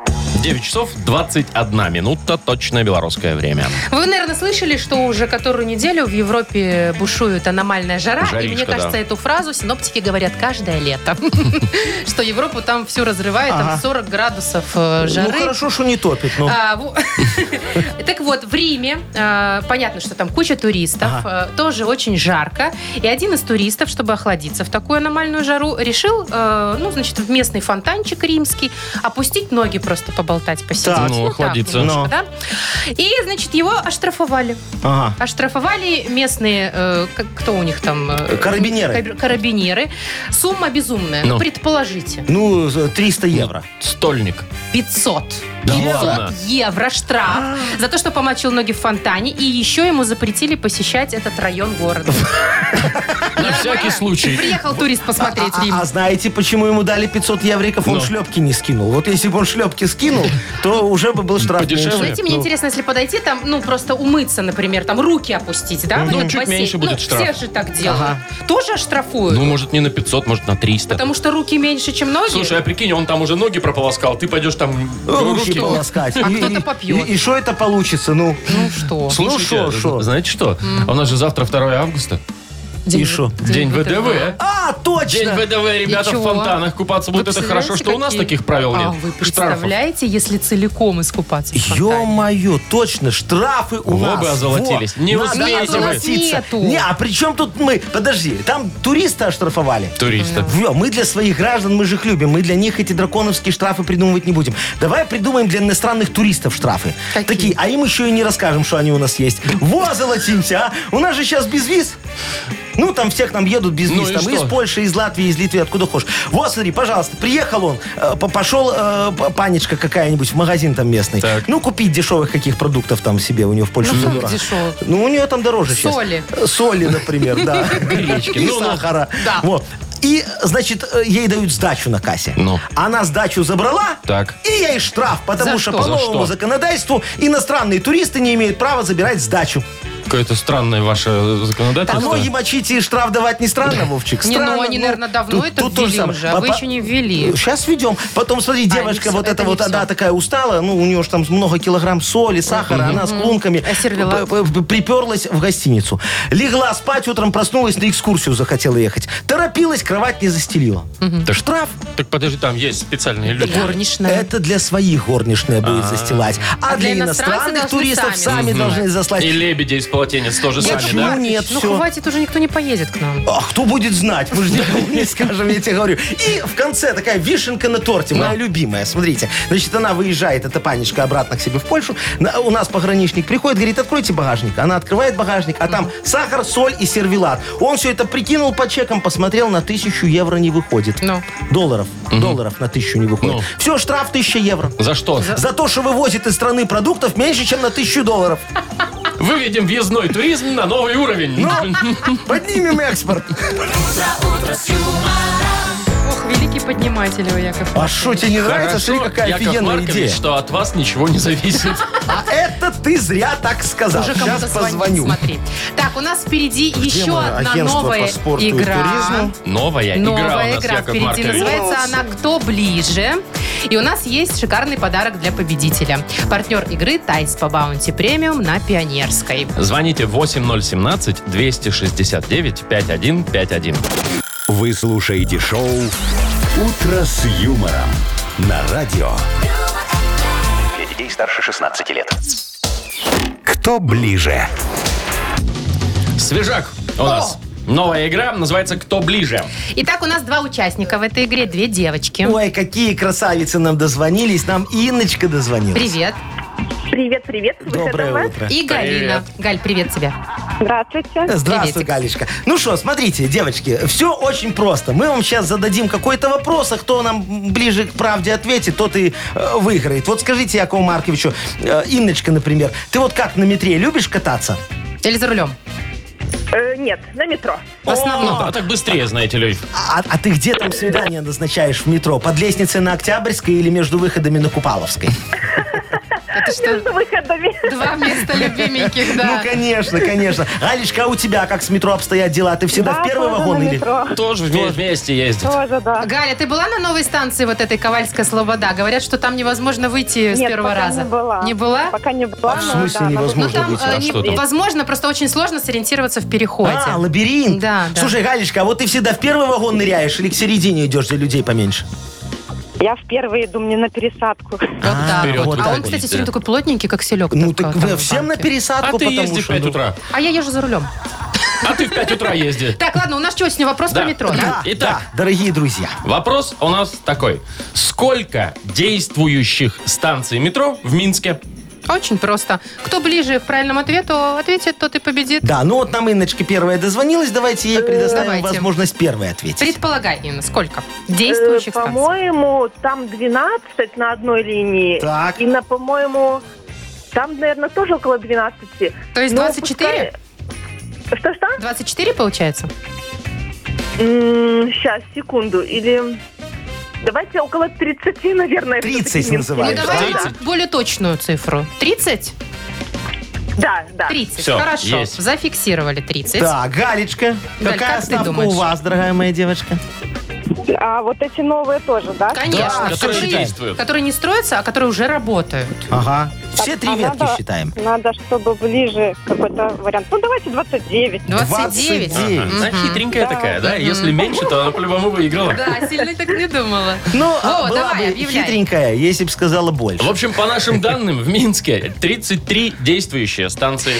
[SPEAKER 2] 9 часов 21 минута, точное белорусское время.
[SPEAKER 4] Вы, наверное, слышали, что уже которую неделю в Европе бушует аномальная жара. и мне
[SPEAKER 2] Жаришка,
[SPEAKER 4] кажется,
[SPEAKER 2] да.
[SPEAKER 4] эту фразу синоптики говорят каждое лето. Что Европу там все разрывает, там
[SPEAKER 3] Ага.
[SPEAKER 4] 40 градусов э,
[SPEAKER 3] Ну
[SPEAKER 4] жары.
[SPEAKER 3] хорошо, что не топит, ну.
[SPEAKER 4] А, во- Так вот, в Риме, э, понятно, что там куча туристов, э, тоже очень жарко. И один из туристов, чтобы охладиться в такую аномальную жару, решил, э, ну, значит, в местный фонтанчик римский опустить ноги просто поболтать, посидеть.
[SPEAKER 3] Так.
[SPEAKER 2] Ну,
[SPEAKER 4] так,
[SPEAKER 2] охладиться.
[SPEAKER 4] немножко,
[SPEAKER 3] Ну.
[SPEAKER 4] да. И, значит, его оштрафовали.
[SPEAKER 3] Ага.
[SPEAKER 4] Оштрафовали местные, э, к- кто у них там? э,
[SPEAKER 3] Карабинеры.
[SPEAKER 4] кар- Карабинеры. Сумма безумная.
[SPEAKER 2] Ну.
[SPEAKER 4] Ну, предположите,
[SPEAKER 3] Ну, за 300 евро.
[SPEAKER 2] Стольник.
[SPEAKER 4] 500.
[SPEAKER 2] Да
[SPEAKER 4] 500
[SPEAKER 2] ладно?
[SPEAKER 4] евро штраф за то, что помочил ноги в фонтане, и еще ему запретили посещать этот район города.
[SPEAKER 2] На всякий случай.
[SPEAKER 4] Приехал турист посмотреть
[SPEAKER 3] А-
[SPEAKER 4] Рим.
[SPEAKER 3] А, знаете, почему ему дали 500 евриков? Он
[SPEAKER 2] Ну.
[SPEAKER 3] шлепки не скинул. Вот если бы он шлепки скинул, то уже бы был штраф.
[SPEAKER 2] Подешевле.
[SPEAKER 3] меньше.
[SPEAKER 4] Знаете, мне
[SPEAKER 3] Ну.
[SPEAKER 4] интересно, если подойти там, ну, просто умыться, например, там руки опустить, да? в
[SPEAKER 2] Ну,
[SPEAKER 4] этот
[SPEAKER 2] чуть
[SPEAKER 4] бассейн.
[SPEAKER 2] меньше будет
[SPEAKER 4] Ну,
[SPEAKER 2] штраф.
[SPEAKER 4] все же так делают. Тоже оштрафуют?
[SPEAKER 2] Ну, может, не на 500, может, на 300.
[SPEAKER 4] Потому что руки меньше, чем ноги?
[SPEAKER 2] Слушай, а прикинь, он там уже ноги прополоскал, ты пойдешь там
[SPEAKER 3] Ну, Руки
[SPEAKER 2] руки...
[SPEAKER 3] полоскать.
[SPEAKER 4] А
[SPEAKER 3] И-
[SPEAKER 4] кто-то
[SPEAKER 3] и-
[SPEAKER 4] попьет.
[SPEAKER 3] И что это получится? Ну,
[SPEAKER 4] Ну что?
[SPEAKER 2] Слушайте,
[SPEAKER 3] Ну, шо, шо?
[SPEAKER 2] э, знаете что? У нас же завтра 2 августа.
[SPEAKER 3] и шо?
[SPEAKER 2] День ВДВ.
[SPEAKER 3] А,
[SPEAKER 2] День
[SPEAKER 3] точно!
[SPEAKER 2] ВДВ, ребята, в
[SPEAKER 4] чего?
[SPEAKER 2] фонтанах купаться будут.
[SPEAKER 4] Вы
[SPEAKER 2] Это хорошо,
[SPEAKER 4] представляете,
[SPEAKER 2] что у нас
[SPEAKER 4] какие-
[SPEAKER 2] таких правил
[SPEAKER 4] А,
[SPEAKER 2] нет.
[SPEAKER 4] вы
[SPEAKER 2] Штрафов.
[SPEAKER 4] представляете, если целиком искупаться в фонтане?
[SPEAKER 3] Ё-моё, точно, штрафы у
[SPEAKER 2] Лобы
[SPEAKER 3] нас. Во,
[SPEAKER 2] озолотились. Не
[SPEAKER 3] надо
[SPEAKER 2] успеете
[SPEAKER 4] вы.
[SPEAKER 3] озолотиться.
[SPEAKER 4] Нету.
[SPEAKER 3] Не, а при чем тут мы? Подожди, там туриста оштрафовали.
[SPEAKER 2] Туристов.
[SPEAKER 3] Вё, Мы для своих граждан, мы же их любим. Мы для них эти драконовские штрафы придумывать не будем. Давай придумаем для иностранных туристов штрафы.
[SPEAKER 4] Какие?
[SPEAKER 3] Такие, а им еще и не расскажем, что они у нас есть. Во, золотимся, а! У нас же сейчас без виз. Ну, там всех нам едут без
[SPEAKER 2] Ну
[SPEAKER 3] виз.
[SPEAKER 2] и
[SPEAKER 3] там
[SPEAKER 2] что?
[SPEAKER 3] из Польши, из Латвии, из Литвы, откуда хочешь. Вот, смотри, пожалуйста, приехал он, э, п- пошел э, п- панечка какая-нибудь в магазин там местный.
[SPEAKER 2] Так.
[SPEAKER 3] Ну, купить дешевых каких продуктов там себе у него в Польше.
[SPEAKER 4] Ну, как
[SPEAKER 3] недорого.
[SPEAKER 4] дешевых?
[SPEAKER 3] Ну, у нее там дороже сейчас.
[SPEAKER 4] Соли.
[SPEAKER 3] Э, Соли, например, да.
[SPEAKER 2] Гречки.
[SPEAKER 3] И
[SPEAKER 2] Ну, ну.
[SPEAKER 3] сахара.
[SPEAKER 4] Да.
[SPEAKER 3] Вот. И, значит, э, ей дают сдачу на кассе.
[SPEAKER 2] Ну.
[SPEAKER 3] Она сдачу забрала,
[SPEAKER 2] Так.
[SPEAKER 3] и ей штраф, потому
[SPEAKER 4] За
[SPEAKER 3] что,
[SPEAKER 4] что?
[SPEAKER 3] по
[SPEAKER 2] За что?
[SPEAKER 3] новому законодательству иностранные туристы не имеют права забирать сдачу.
[SPEAKER 2] Какое-то странное ваше э,
[SPEAKER 3] А
[SPEAKER 2] законодательство.
[SPEAKER 3] ноги мочить и штраф давать не странно, Вовчик?
[SPEAKER 4] Не,
[SPEAKER 3] Странно,
[SPEAKER 4] ну они, наверное, давно
[SPEAKER 3] тут-
[SPEAKER 4] это
[SPEAKER 3] тут то же
[SPEAKER 4] ввели
[SPEAKER 3] самое.
[SPEAKER 4] уже, а вы
[SPEAKER 3] Папа-
[SPEAKER 4] еще не ввели.
[SPEAKER 3] Сейчас ведем. Потом, смотри, девочка
[SPEAKER 4] не всё,
[SPEAKER 3] вот эта
[SPEAKER 4] это
[SPEAKER 3] вот,
[SPEAKER 4] не
[SPEAKER 3] она
[SPEAKER 4] всё.
[SPEAKER 3] такая устала, ну, у нее же там много килограмм соли, сахара, она с клунками
[SPEAKER 4] А сервелат?
[SPEAKER 3] п- п- приперлась в гостиницу. Легла спать, утром проснулась, на экскурсию захотела ехать. Торопилась, кровать не застелила.
[SPEAKER 2] Так что-
[SPEAKER 3] Штраф
[SPEAKER 2] Так подожди, там есть специальные люди.
[SPEAKER 4] Горничная.
[SPEAKER 3] это для своих горничная будет застилать. А,
[SPEAKER 4] А
[SPEAKER 3] для
[SPEAKER 4] для иностранцев
[SPEAKER 3] иностранных
[SPEAKER 4] должны
[SPEAKER 3] туристов
[SPEAKER 4] сами
[SPEAKER 3] сами
[SPEAKER 4] заслать.
[SPEAKER 3] должны заслать.
[SPEAKER 2] И лебедя из полотенец тоже сами,
[SPEAKER 3] Почему
[SPEAKER 2] да?
[SPEAKER 3] нет?
[SPEAKER 4] Ну,
[SPEAKER 3] Всё.
[SPEAKER 4] хватит, уже никто не поедет к нам.
[SPEAKER 3] А кто будет знать? Мы же никому не скажем, я тебе говорю. И в конце такая вишенка на торте, моя любимая. Смотрите, значит, она выезжает, эта панечка, обратно к себе в Польшу. На- У нас пограничник приходит, говорит, откройте багажник. Она открывает багажник, а там сахар, соль и сервелат. Он все это прикинул по чекам, посмотрел, на тысячу евро не выходит.
[SPEAKER 4] Ну.
[SPEAKER 3] Долларов. Долларов на тысячу не выходит.
[SPEAKER 2] Ну.
[SPEAKER 3] Все, штраф тысяча евро.
[SPEAKER 2] За что?
[SPEAKER 3] За то, что вывозит из страны продуктов меньше, чем на тысячу долларов.
[SPEAKER 2] Выведем въездной туризм на новый уровень.
[SPEAKER 3] Ну, Поднимем экспорт.
[SPEAKER 4] Ох, великий подниматель у Яков.
[SPEAKER 3] А что, тебе не нравится? Смотри,
[SPEAKER 2] Хорошо,
[SPEAKER 3] какая
[SPEAKER 2] Яков
[SPEAKER 3] офигенная
[SPEAKER 2] Маркович,
[SPEAKER 3] идея.
[SPEAKER 2] что от вас ничего не зависит.
[SPEAKER 3] А это ты зря так сказал.
[SPEAKER 4] Уже
[SPEAKER 3] Сейчас
[SPEAKER 4] кому-то звонить,
[SPEAKER 3] позвоню.
[SPEAKER 4] смотри. Так, у нас впереди еще
[SPEAKER 3] мое
[SPEAKER 4] одна
[SPEAKER 3] агентство
[SPEAKER 4] новая
[SPEAKER 3] по спорту и
[SPEAKER 4] игра.
[SPEAKER 3] туризму?
[SPEAKER 2] Новая игра у
[SPEAKER 4] Новая
[SPEAKER 2] нас,
[SPEAKER 4] игра
[SPEAKER 2] Яков
[SPEAKER 4] впереди.
[SPEAKER 2] Маркович.
[SPEAKER 4] Называется она «Кто ближе?». И у нас есть шикарный подарок для победителя. Партнер игры «Тайс по баунти премиум» на Пионерской.
[SPEAKER 2] Звоните 8017-269-5151.
[SPEAKER 1] Вы слушаете шоу «Утро с юмором» на радио.
[SPEAKER 7] Для детей старше 16 лет.
[SPEAKER 1] Кто ближе?
[SPEAKER 2] Свежак у нас. Новая игра называется «Кто ближе?».
[SPEAKER 4] Итак, у нас два участника в этой игре, две девочки.
[SPEAKER 3] Ой, какие красавицы нам дозвонились. Нам Инночка дозвонилась.
[SPEAKER 4] Привет.
[SPEAKER 10] Привет, привет. Слышно
[SPEAKER 3] Доброе
[SPEAKER 10] вас?
[SPEAKER 3] утро.
[SPEAKER 4] И Галина. Галь, привет тебе.
[SPEAKER 10] Здравствуйте.
[SPEAKER 3] Здравствуй,
[SPEAKER 4] Приветик.
[SPEAKER 3] Галечка. Ну что, смотрите, девочки, все очень просто. Мы вам сейчас зададим какой-то вопрос, а кто нам ближе к правде ответит, тот и э, выиграет. Вот скажите Якову Марковичу, э, Инночка, например, ты вот как на метре любишь кататься?
[SPEAKER 4] Или за рулем?
[SPEAKER 10] Э, нет, на метро.
[SPEAKER 4] В основном.
[SPEAKER 2] А так быстрее, знаете ли.
[SPEAKER 3] А, а ты где там свидание назначаешь в метро? Под лестницей на Октябрьской или между выходами на Купаловской?
[SPEAKER 4] Это что,
[SPEAKER 10] С выходами.
[SPEAKER 4] два места любименьких,
[SPEAKER 3] Ну,
[SPEAKER 4] да.
[SPEAKER 3] конечно, конечно. Галечка, а у тебя как с метро обстоят дела? Ты всегда в первый
[SPEAKER 10] тоже
[SPEAKER 3] вагон
[SPEAKER 10] на
[SPEAKER 3] или...
[SPEAKER 10] метро.
[SPEAKER 2] Тоже вме- вместе ездит.
[SPEAKER 10] Тоже, да.
[SPEAKER 4] А Галя, ты была на новой станции вот этой Ковальская Слобода? Говорят, что там невозможно выйти с
[SPEAKER 10] Нет,
[SPEAKER 4] первого
[SPEAKER 10] пока
[SPEAKER 4] раза.
[SPEAKER 10] не была.
[SPEAKER 4] Не была?
[SPEAKER 10] Пока не была.
[SPEAKER 3] А в
[SPEAKER 10] но
[SPEAKER 3] смысле
[SPEAKER 10] да,
[SPEAKER 3] невозможно?
[SPEAKER 4] Ну,
[SPEAKER 3] Можно
[SPEAKER 4] там,
[SPEAKER 3] выйти,
[SPEAKER 4] э,
[SPEAKER 2] а
[SPEAKER 4] не-
[SPEAKER 2] что там?
[SPEAKER 4] возможно, просто очень сложно сориентироваться в переходе.
[SPEAKER 3] А, лабиринт.
[SPEAKER 4] Да, да.
[SPEAKER 3] Слушай, Галечка, а вот ты всегда в первый вагон ныряешь или к середине идешь, где людей поменьше?
[SPEAKER 4] Ну,
[SPEAKER 10] надо. Я в первый иду, мне на пересадку.
[SPEAKER 4] Вот так
[SPEAKER 2] вперед,
[SPEAKER 4] вот.
[SPEAKER 2] вот
[SPEAKER 4] А
[SPEAKER 2] так
[SPEAKER 4] он,
[SPEAKER 2] вот.
[SPEAKER 4] кстати, сегодня такой плотненький, как селек.
[SPEAKER 3] Ну,
[SPEAKER 4] только
[SPEAKER 3] так
[SPEAKER 4] там
[SPEAKER 3] вы
[SPEAKER 4] в
[SPEAKER 3] всем на
[SPEAKER 4] банке.
[SPEAKER 3] пересадку,
[SPEAKER 2] А ты
[SPEAKER 3] потому
[SPEAKER 2] езди в
[SPEAKER 3] что...
[SPEAKER 2] 5
[SPEAKER 3] ну.
[SPEAKER 2] утра.
[SPEAKER 4] А я езжу за рулем.
[SPEAKER 2] А ты в 5 утра езди.
[SPEAKER 4] Так, ладно, у нас чего сегодня вопрос
[SPEAKER 2] Да.
[SPEAKER 4] про метро, да?
[SPEAKER 3] а, Да,
[SPEAKER 2] Итак.
[SPEAKER 3] да, дорогие друзья.
[SPEAKER 2] Вопрос у нас такой. Сколько действующих станций метро в Минске?
[SPEAKER 4] Очень просто. Кто ближе к правильному ответу ответит, тот и победит.
[SPEAKER 3] Да, ну вот нам Инночка первая дозвонилась, давайте ей предоставим
[SPEAKER 4] давайте.
[SPEAKER 3] возможность первой ответить.
[SPEAKER 4] Предполагай, Инна, сколько
[SPEAKER 10] Э,
[SPEAKER 4] действующих станций?
[SPEAKER 10] По-моему, там 12 на одной линии.
[SPEAKER 3] Так.
[SPEAKER 10] И на, по-моему, там, наверное, тоже около 12.
[SPEAKER 4] То есть
[SPEAKER 10] Но
[SPEAKER 4] 24?
[SPEAKER 10] пускай- Что-что?
[SPEAKER 4] 24 получается?
[SPEAKER 10] Сейчас, секунду. Или... Давайте около 30, наверное.
[SPEAKER 3] 30
[SPEAKER 10] всё-таки.
[SPEAKER 4] Ну,
[SPEAKER 3] называется.
[SPEAKER 4] давай
[SPEAKER 2] 30.
[SPEAKER 4] более точную цифру. 30?
[SPEAKER 10] Да, да.
[SPEAKER 4] 30.
[SPEAKER 2] Всё,
[SPEAKER 4] Хорошо.
[SPEAKER 2] есть.
[SPEAKER 4] Зафиксировали 30.
[SPEAKER 3] Да, Галечка,
[SPEAKER 4] Галь,
[SPEAKER 3] какая
[SPEAKER 4] как ты
[SPEAKER 3] ставка у
[SPEAKER 4] думаешь?
[SPEAKER 3] вас, дорогая моя девочка?
[SPEAKER 10] А вот эти новые тоже, да?
[SPEAKER 4] Конечно.
[SPEAKER 3] Да,
[SPEAKER 2] Которые
[SPEAKER 3] считай.
[SPEAKER 4] которые,
[SPEAKER 2] действуют.
[SPEAKER 4] которые не строятся, а которые уже работают.
[SPEAKER 3] Ага. Все
[SPEAKER 10] Так,
[SPEAKER 3] три
[SPEAKER 10] а
[SPEAKER 3] ветки
[SPEAKER 10] надо-
[SPEAKER 3] считаем.
[SPEAKER 10] Надо, чтобы ближе какой-то вариант. Ну, давайте 29.
[SPEAKER 4] 29.
[SPEAKER 3] 29.
[SPEAKER 2] Ага. Она хитренькая такая, да? Если меньше, то она по-любому выиграла.
[SPEAKER 4] Да, сильно так не думала.
[SPEAKER 3] Ну, а
[SPEAKER 4] Во,
[SPEAKER 3] была
[SPEAKER 4] давай,
[SPEAKER 3] бы
[SPEAKER 4] объявляй.
[SPEAKER 3] хитренькая, если бы сказала больше.
[SPEAKER 2] В общем, по нашим данным, в Минске 33 действующие станции.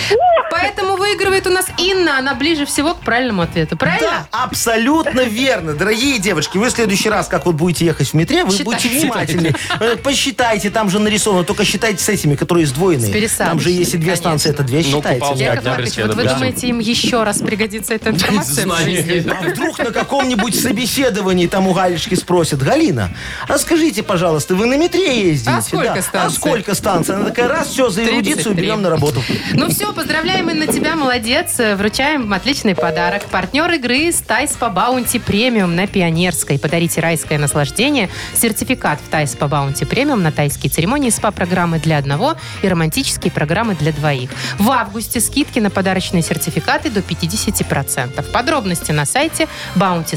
[SPEAKER 4] Поэтому выигрывает у нас Инна. Она ближе всего к правильному ответу.
[SPEAKER 3] Да,
[SPEAKER 4] Правильно?
[SPEAKER 3] абсолютно верно. Дорогие девочки, вы в следующий раз, как вот будете ехать в метре, вы
[SPEAKER 4] Считайте.
[SPEAKER 3] будете внимательны. Э, Посчитайте, там же нарисовано. Только считайте с этими, которые
[SPEAKER 4] С
[SPEAKER 3] сдвоенные.
[SPEAKER 4] пересадочными,
[SPEAKER 3] Там же если две
[SPEAKER 4] конечно.
[SPEAKER 3] станции, это две
[SPEAKER 2] Ну, Купал-
[SPEAKER 3] считайте.
[SPEAKER 4] Яков
[SPEAKER 2] Да,
[SPEAKER 4] Маркович,
[SPEAKER 2] Брестяна,
[SPEAKER 4] вот вы
[SPEAKER 2] да.
[SPEAKER 4] думаете, им еще раз пригодится эта информация в
[SPEAKER 2] Знание.
[SPEAKER 4] жизни?
[SPEAKER 3] А вдруг на каком-нибудь собеседовании там у Галечки спросят, Галина, а скажите, пожалуйста, вы на метре ездите?
[SPEAKER 4] А сколько
[SPEAKER 3] Да. А
[SPEAKER 4] станций?»
[SPEAKER 3] сколько станций? Она такая, раз, все, за
[SPEAKER 4] 33.
[SPEAKER 3] эрудицию берем на работу.
[SPEAKER 4] Ну все, поздравляем и на тебя, молодец. Вручаем отличный подарок. Партнер игры «Стайс по баунти премиум» на Пионерской. Подарите райское наслаждение. Сертификат в «Тайс по баунти премиум» на тайские церемонии, СПА-программы для одного и романтические программы для двоих. В августе скидки на подарочные сертификаты до 50%. Подробности на сайте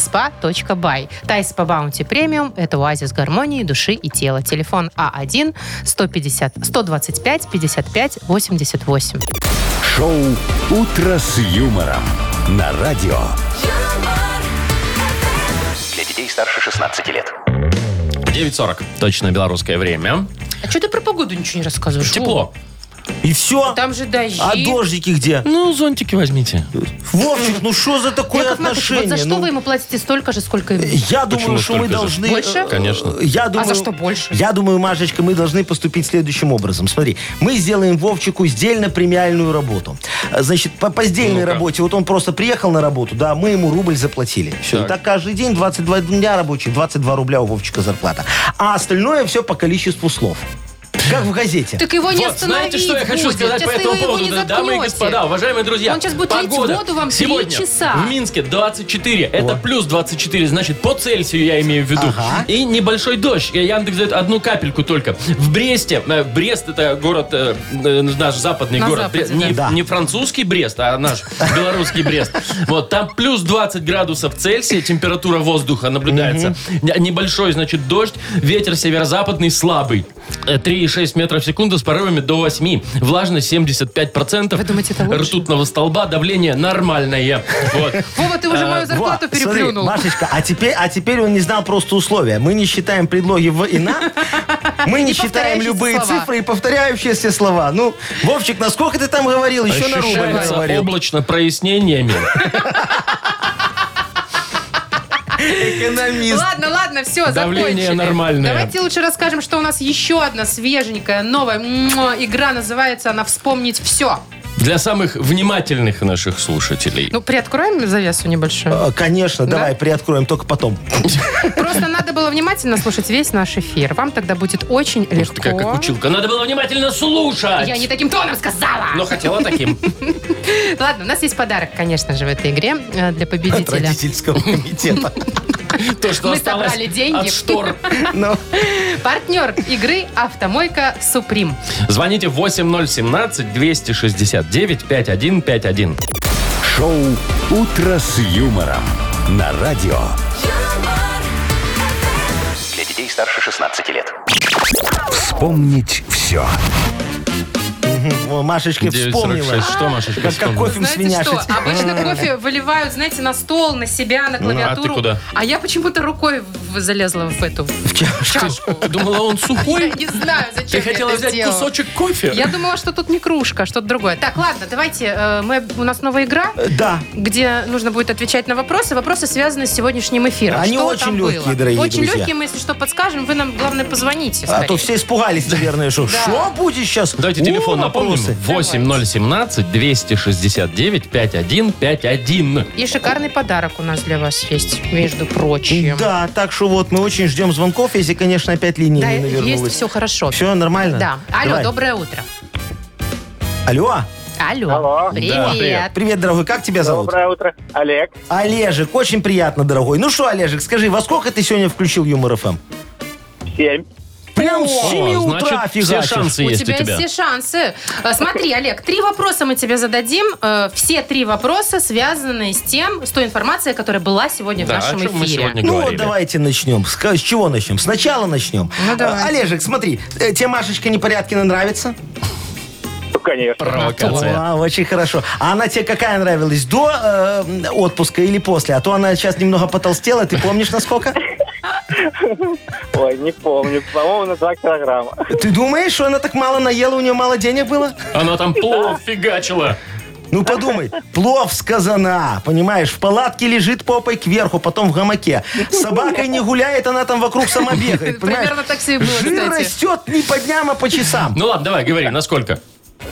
[SPEAKER 4] bountyspa.by. «Тайс по баунти премиум» – это оазис гармонии души и тела. Телефон А А1 150 125 55 88.
[SPEAKER 1] Шоу «Утро с юмором» на радио.
[SPEAKER 8] Для детей старше 16 лет.
[SPEAKER 2] 9.40. Точно белорусское время.
[SPEAKER 4] А что ты про погоду ничего не рассказываешь?
[SPEAKER 2] Тепло.
[SPEAKER 3] И все.
[SPEAKER 4] Там же дожди.
[SPEAKER 3] А дождики где?
[SPEAKER 2] Ну, зонтики возьмите.
[SPEAKER 3] Вовчик, ну что за такое
[SPEAKER 4] Яков Маркович, вот
[SPEAKER 3] отношение?
[SPEAKER 4] за что
[SPEAKER 3] Ну,
[SPEAKER 4] вы ему платите столько же, сколько и мне?
[SPEAKER 3] Я
[SPEAKER 2] Почему
[SPEAKER 3] думаю, что мы
[SPEAKER 2] столько за-
[SPEAKER 3] должны...
[SPEAKER 4] Больше?
[SPEAKER 3] э,
[SPEAKER 2] Конечно.
[SPEAKER 3] Я
[SPEAKER 4] А
[SPEAKER 3] думаю,
[SPEAKER 4] за что больше?
[SPEAKER 3] Я думаю, Машечка, мы должны поступить следующим образом. Смотри, мы сделаем Вовчику сдельно-премиальную работу. А, Значит, по, по сдельной
[SPEAKER 2] Ну-ка.
[SPEAKER 3] работе, вот он просто приехал на работу, да, мы ему рубль заплатили. Все,
[SPEAKER 2] Так.
[SPEAKER 3] и так каждый день 22 дня рабочих, 22 рубля у Вовчика зарплата. А остальное все по количеству слов. Как в газете.
[SPEAKER 4] Так его не
[SPEAKER 2] Вот,
[SPEAKER 4] остановить
[SPEAKER 2] знаете, что я хочу
[SPEAKER 4] будет.
[SPEAKER 2] сказать
[SPEAKER 4] Сейчас
[SPEAKER 2] по
[SPEAKER 4] вы
[SPEAKER 2] этому
[SPEAKER 4] его
[SPEAKER 2] поводу,
[SPEAKER 4] не
[SPEAKER 2] да, дамы и
[SPEAKER 4] заткнете.
[SPEAKER 2] господа, уважаемые друзья.
[SPEAKER 4] Он сейчас будет лить в
[SPEAKER 2] погода
[SPEAKER 4] воду вам три
[SPEAKER 2] сегодня
[SPEAKER 4] часа.
[SPEAKER 2] в Минске 24, это плюс 24, значит, по Цельсию я имею в виду.
[SPEAKER 3] Ага.
[SPEAKER 2] И небольшой дождь, И Яндекс дает одну капельку только. В Бресте, э, Брест это город, э, э, наш западный
[SPEAKER 4] На
[SPEAKER 2] город,
[SPEAKER 4] западе,
[SPEAKER 2] Бре- не,
[SPEAKER 3] да.
[SPEAKER 2] не французский Брест, а наш белорусский Брест. Вот, там плюс 20 градусов Цельсия, температура воздуха наблюдается. Н- Небольшой, значит, дождь, ветер северо-западный слабый. Э, 3,6 метров в секунду с порывами до 8. Влажность 75%.
[SPEAKER 4] Вы думаете, это лучше?
[SPEAKER 2] Ртутного столба, давление нормальное. Вот.
[SPEAKER 4] Вова, ты
[SPEAKER 2] э,
[SPEAKER 4] уже мою зарплату
[SPEAKER 3] Вот, смотри,
[SPEAKER 4] переплюнул.
[SPEAKER 3] Машечка, а теперь, а теперь он не знал просто условия. Мы не считаем предлоги в и на, мы не
[SPEAKER 4] И
[SPEAKER 3] считаем
[SPEAKER 4] повторяющиеся
[SPEAKER 3] любые
[SPEAKER 4] слова.
[SPEAKER 3] цифры и повторяющиеся слова. Ну, Вовчик, насколько ты там говорил? Еще на рубль
[SPEAKER 2] Ощущается
[SPEAKER 3] говорил.
[SPEAKER 2] облачно прояснениями.
[SPEAKER 3] Экономист.
[SPEAKER 4] Ладно, ладно, все,
[SPEAKER 2] Давление
[SPEAKER 4] закончили.
[SPEAKER 2] нормальное.
[SPEAKER 4] Давайте лучше расскажем, что у нас еще одна свеженькая, новая м, игра. Называется она «Вспомнить все».
[SPEAKER 2] Для самых внимательных наших слушателей.
[SPEAKER 4] Ну, приоткроем завесу небольшую.
[SPEAKER 3] Э, Конечно,
[SPEAKER 4] Да?
[SPEAKER 3] давай приоткроем, только потом.
[SPEAKER 4] Просто надо было внимательно слушать весь наш эфир. Вам тогда будет очень
[SPEAKER 2] Ты как, как
[SPEAKER 4] легко.
[SPEAKER 2] училка. Надо было внимательно слушать.
[SPEAKER 4] Я не таким тоном сказала!
[SPEAKER 2] Но хотела таким.
[SPEAKER 4] Ладно, у нас есть подарок, конечно же, в этой игре э, для
[SPEAKER 3] От
[SPEAKER 4] победителя.
[SPEAKER 3] родительского комитета.
[SPEAKER 2] То, что
[SPEAKER 4] Мы
[SPEAKER 2] осталось
[SPEAKER 4] собрали деньги.
[SPEAKER 2] от штор.
[SPEAKER 3] Ну,
[SPEAKER 4] Партнер игры «Автомойка Суприм».
[SPEAKER 2] Звоните 8017-269-5151.
[SPEAKER 1] Шоу «Утро с юмором» на радио.
[SPEAKER 7] Для детей старше 16 лет.
[SPEAKER 1] Вспомнить все.
[SPEAKER 3] о, Машечка
[SPEAKER 2] 9.46.
[SPEAKER 3] вспомнила.
[SPEAKER 2] Что, Машечка,
[SPEAKER 3] Как, как
[SPEAKER 2] вспомнила?
[SPEAKER 3] кофе
[SPEAKER 4] Знаете что,
[SPEAKER 3] свиняшить.
[SPEAKER 4] обычно кофе выливают, знаете, на стол, на себя, на
[SPEAKER 2] Ну, а ты
[SPEAKER 4] клавиатуру.
[SPEAKER 2] куда?
[SPEAKER 4] А я почему-то рукой в- залезла в эту в чашку.
[SPEAKER 2] Думала, он
[SPEAKER 4] Я
[SPEAKER 2] сухой?
[SPEAKER 4] не знаю, зачем
[SPEAKER 2] Ты
[SPEAKER 4] я
[SPEAKER 2] хотела
[SPEAKER 4] это
[SPEAKER 2] взять
[SPEAKER 4] сделала.
[SPEAKER 2] кусочек кофе?
[SPEAKER 4] Я думала, что тут не кружка, а что-то другое. Так, ладно, давайте, э, мы, у нас новая игра,
[SPEAKER 3] Э, Да.
[SPEAKER 4] где нужно будет отвечать на вопросы. Вопросы связаны с сегодняшним эфиром.
[SPEAKER 3] Они
[SPEAKER 4] Что
[SPEAKER 3] очень
[SPEAKER 4] там
[SPEAKER 3] легкие,
[SPEAKER 4] было?
[SPEAKER 3] дорогие
[SPEAKER 4] Очень
[SPEAKER 3] друзья.
[SPEAKER 4] легкие, мы, если что, подскажем. Вы нам, главное, позвоните
[SPEAKER 3] А то
[SPEAKER 4] скорее.
[SPEAKER 3] все испугались, наверное, что что будет сейчас?
[SPEAKER 2] Давайте
[SPEAKER 3] О,
[SPEAKER 2] телефон напомним.
[SPEAKER 3] вопросы.
[SPEAKER 2] 8017-269-5151.
[SPEAKER 4] И шикарный подарок у нас для вас есть, между прочим.
[SPEAKER 3] Да, так что вот мы очень ждем звонков, если, конечно, опять линия
[SPEAKER 4] Да,
[SPEAKER 3] не
[SPEAKER 4] есть
[SPEAKER 3] навернулась.
[SPEAKER 4] все хорошо.
[SPEAKER 3] Все нормально?
[SPEAKER 4] Да. Алло,
[SPEAKER 3] Давай.
[SPEAKER 4] доброе утро.
[SPEAKER 3] Алло,
[SPEAKER 4] Алло.
[SPEAKER 10] Алло.
[SPEAKER 4] Привет.
[SPEAKER 2] Да, привет.
[SPEAKER 3] привет, дорогой, как тебя зовут?
[SPEAKER 10] Доброе утро, Олег.
[SPEAKER 3] Олежек, очень приятно, дорогой. Ну что, Олежек, скажи, во сколько ты сегодня включил Юмор ФМ?
[SPEAKER 10] Семь.
[SPEAKER 3] Прям с 7
[SPEAKER 2] О,
[SPEAKER 3] утра
[SPEAKER 2] значит, все
[SPEAKER 3] фигачишь.
[SPEAKER 2] шансы
[SPEAKER 4] У
[SPEAKER 2] есть у
[SPEAKER 4] тебя,
[SPEAKER 2] тебя.
[SPEAKER 4] есть все шансы. Э, Смотри, Олег, три вопроса мы тебе зададим. Э, Все три вопроса связаны с тем, с той информацией, которая была сегодня
[SPEAKER 2] Да, о
[SPEAKER 4] в нашем
[SPEAKER 2] чем мы
[SPEAKER 4] эфире.
[SPEAKER 2] сегодня
[SPEAKER 3] Ну вот
[SPEAKER 2] говорили?
[SPEAKER 3] давайте начнем. С к- с чего начнем? Сначала начнем.
[SPEAKER 4] Ну, давай.
[SPEAKER 3] А, Олежек, смотри, э, тебе Машечка Непорядкина нравится?
[SPEAKER 10] Ну, конечно.
[SPEAKER 2] Провокация.
[SPEAKER 3] А, очень хорошо. А она тебе какая нравилась? До э, отпуска или после? А то она сейчас немного потолстела, ты помнишь насколько?
[SPEAKER 10] Ой, не помню. По-моему, на 2 килограмма.
[SPEAKER 3] Ты думаешь, что она так мало наела, у нее мало денег было?
[SPEAKER 2] Она там плов фигачила.
[SPEAKER 3] Ну подумай, плов с казана, понимаешь, в палатке лежит попой кверху, потом в гамаке. С собакой не гуляет, она там вокруг сама бегает, понимаешь?
[SPEAKER 4] Примерно так все и было,
[SPEAKER 3] Жир
[SPEAKER 4] кстати.
[SPEAKER 3] растет не по дням, а по часам.
[SPEAKER 2] Ну ладно, давай, говори, насколько?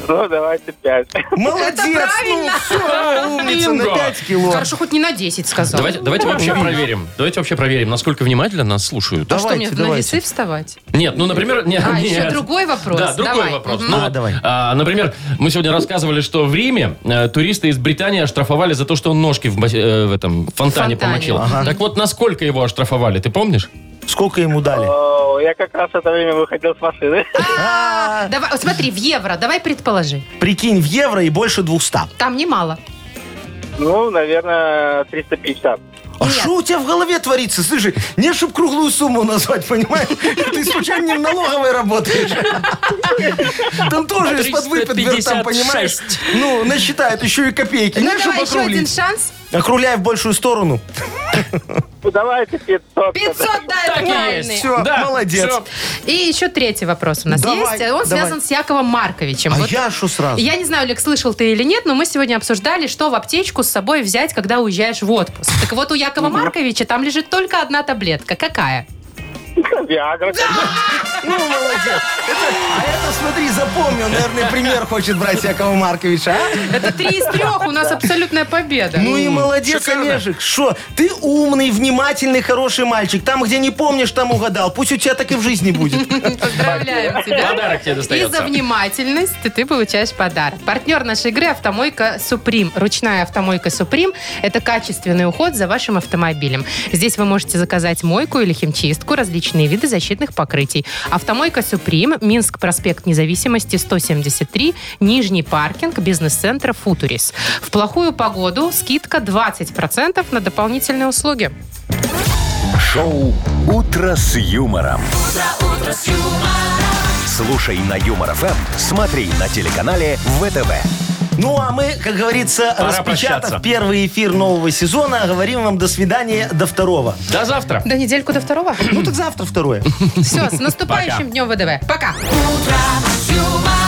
[SPEAKER 10] Ну, давайте 5.
[SPEAKER 3] Молодец, ну
[SPEAKER 4] правильно.
[SPEAKER 3] все, умница, на
[SPEAKER 2] Бинго.
[SPEAKER 3] 5 кило.
[SPEAKER 4] Хорошо, хоть не на 10 сказал.
[SPEAKER 2] Давайте, давайте
[SPEAKER 4] ну,
[SPEAKER 2] вообще проверим. Давайте вообще проверим, насколько внимательно нас слушают.
[SPEAKER 4] А что, мне
[SPEAKER 3] Давайте,
[SPEAKER 4] на весы
[SPEAKER 3] давайте.
[SPEAKER 4] вставать?
[SPEAKER 2] Нет, ну, например... не-
[SPEAKER 4] А, еще
[SPEAKER 2] нет.
[SPEAKER 4] другой вопрос.
[SPEAKER 2] Да, другой
[SPEAKER 4] Давай.
[SPEAKER 2] вопрос.
[SPEAKER 4] Мгм.
[SPEAKER 2] Ну,
[SPEAKER 3] А, давай.
[SPEAKER 2] а, например, мы сегодня рассказывали, что в Риме э, туристы из Британии оштрафовали за то, что он ножки в, басе- э, в этом фонтане,
[SPEAKER 4] Фонтане.
[SPEAKER 2] помочил.
[SPEAKER 3] Ага.
[SPEAKER 2] Так вот, насколько его оштрафовали, ты помнишь?
[SPEAKER 3] Сколько ему дали?
[SPEAKER 10] О, Я как раз в это время выходил с машины.
[SPEAKER 3] А,
[SPEAKER 4] Давай, вот смотри, в евро, давай предположи.
[SPEAKER 3] Прикинь, в евро и больше 200.
[SPEAKER 4] Там немало.
[SPEAKER 10] Ну, наверное, 350.
[SPEAKER 3] А что у тебя в голове творится? Слушай, не чтоб круглую сумму назвать, понимаешь? Ты случайно не в налоговой работаешь. Там тоже из-под выпад, там, понимаешь?
[SPEAKER 2] 356.
[SPEAKER 3] Ну, насчитают еще и копейки.
[SPEAKER 4] Ну,
[SPEAKER 3] Не чтоб
[SPEAKER 4] давай еще один
[SPEAKER 3] округлить.
[SPEAKER 4] шанс.
[SPEAKER 3] Округляй в большую сторону.
[SPEAKER 10] Ну, давайте 500.
[SPEAKER 4] 500, да, это
[SPEAKER 2] Так и
[SPEAKER 4] правильный.
[SPEAKER 2] есть.
[SPEAKER 3] Все,
[SPEAKER 2] Да,
[SPEAKER 3] молодец.
[SPEAKER 2] всё.
[SPEAKER 4] И еще третий вопрос у нас
[SPEAKER 3] Давай,
[SPEAKER 4] есть. Он
[SPEAKER 3] давай.
[SPEAKER 4] связан с Яковом Марковичем.
[SPEAKER 3] А
[SPEAKER 4] Вот
[SPEAKER 3] я что сразу?
[SPEAKER 4] Я не знаю, Олег, слышал ты или нет, но мы сегодня обсуждали, что в аптечку с собой взять, когда уезжаешь в отпуск. Так вот, у Якова Марковича там лежит только одна таблетка. Какая?
[SPEAKER 10] Виагра.
[SPEAKER 3] Ну, молодец. Это- А это, смотри, запомнил. Наверное, пример хочет брать Якова Марковича, а?
[SPEAKER 4] Это три из трех, у нас абсолютная победа.
[SPEAKER 3] Ну и молодец,
[SPEAKER 2] шикарно.
[SPEAKER 3] Олежек. Что? Ты умный, внимательный, хороший мальчик. Там, где не помнишь, там угадал. Пусть у тебя так и в жизни будет.
[SPEAKER 4] Поздравляем тебя.
[SPEAKER 2] Подарок тебе
[SPEAKER 4] И за
[SPEAKER 2] достается.
[SPEAKER 4] внимательность ты получаешь подарок. Партнер нашей игры «Автомойка Суприм». Ручная «Автомойка Суприм» – это качественный уход за вашим автомобилем. Здесь вы можете заказать мойку или химчистку, различные виды защитных покрытий. «Автомойка Суприм», Минск, проспект Независимости, 173, Нижний паркинг, бизнес-центр «Футурис». В плохую погоду скидка 20% на дополнительные услуги.
[SPEAKER 1] Шоу «Утро с юмором». Слушай на Юмор ФМ, смотри на телеканале ВТВ.
[SPEAKER 3] Ну, а мы, как говорится,
[SPEAKER 2] Пора
[SPEAKER 3] распечатав
[SPEAKER 2] прощаться.
[SPEAKER 3] первый эфир нового сезона, говорим вам до свидания до второго.
[SPEAKER 2] До завтра.
[SPEAKER 4] До недельку до второго.
[SPEAKER 3] Ну, так завтра второе.
[SPEAKER 4] Все, с наступающим днем ВДВ. Пока.
[SPEAKER 13] humor.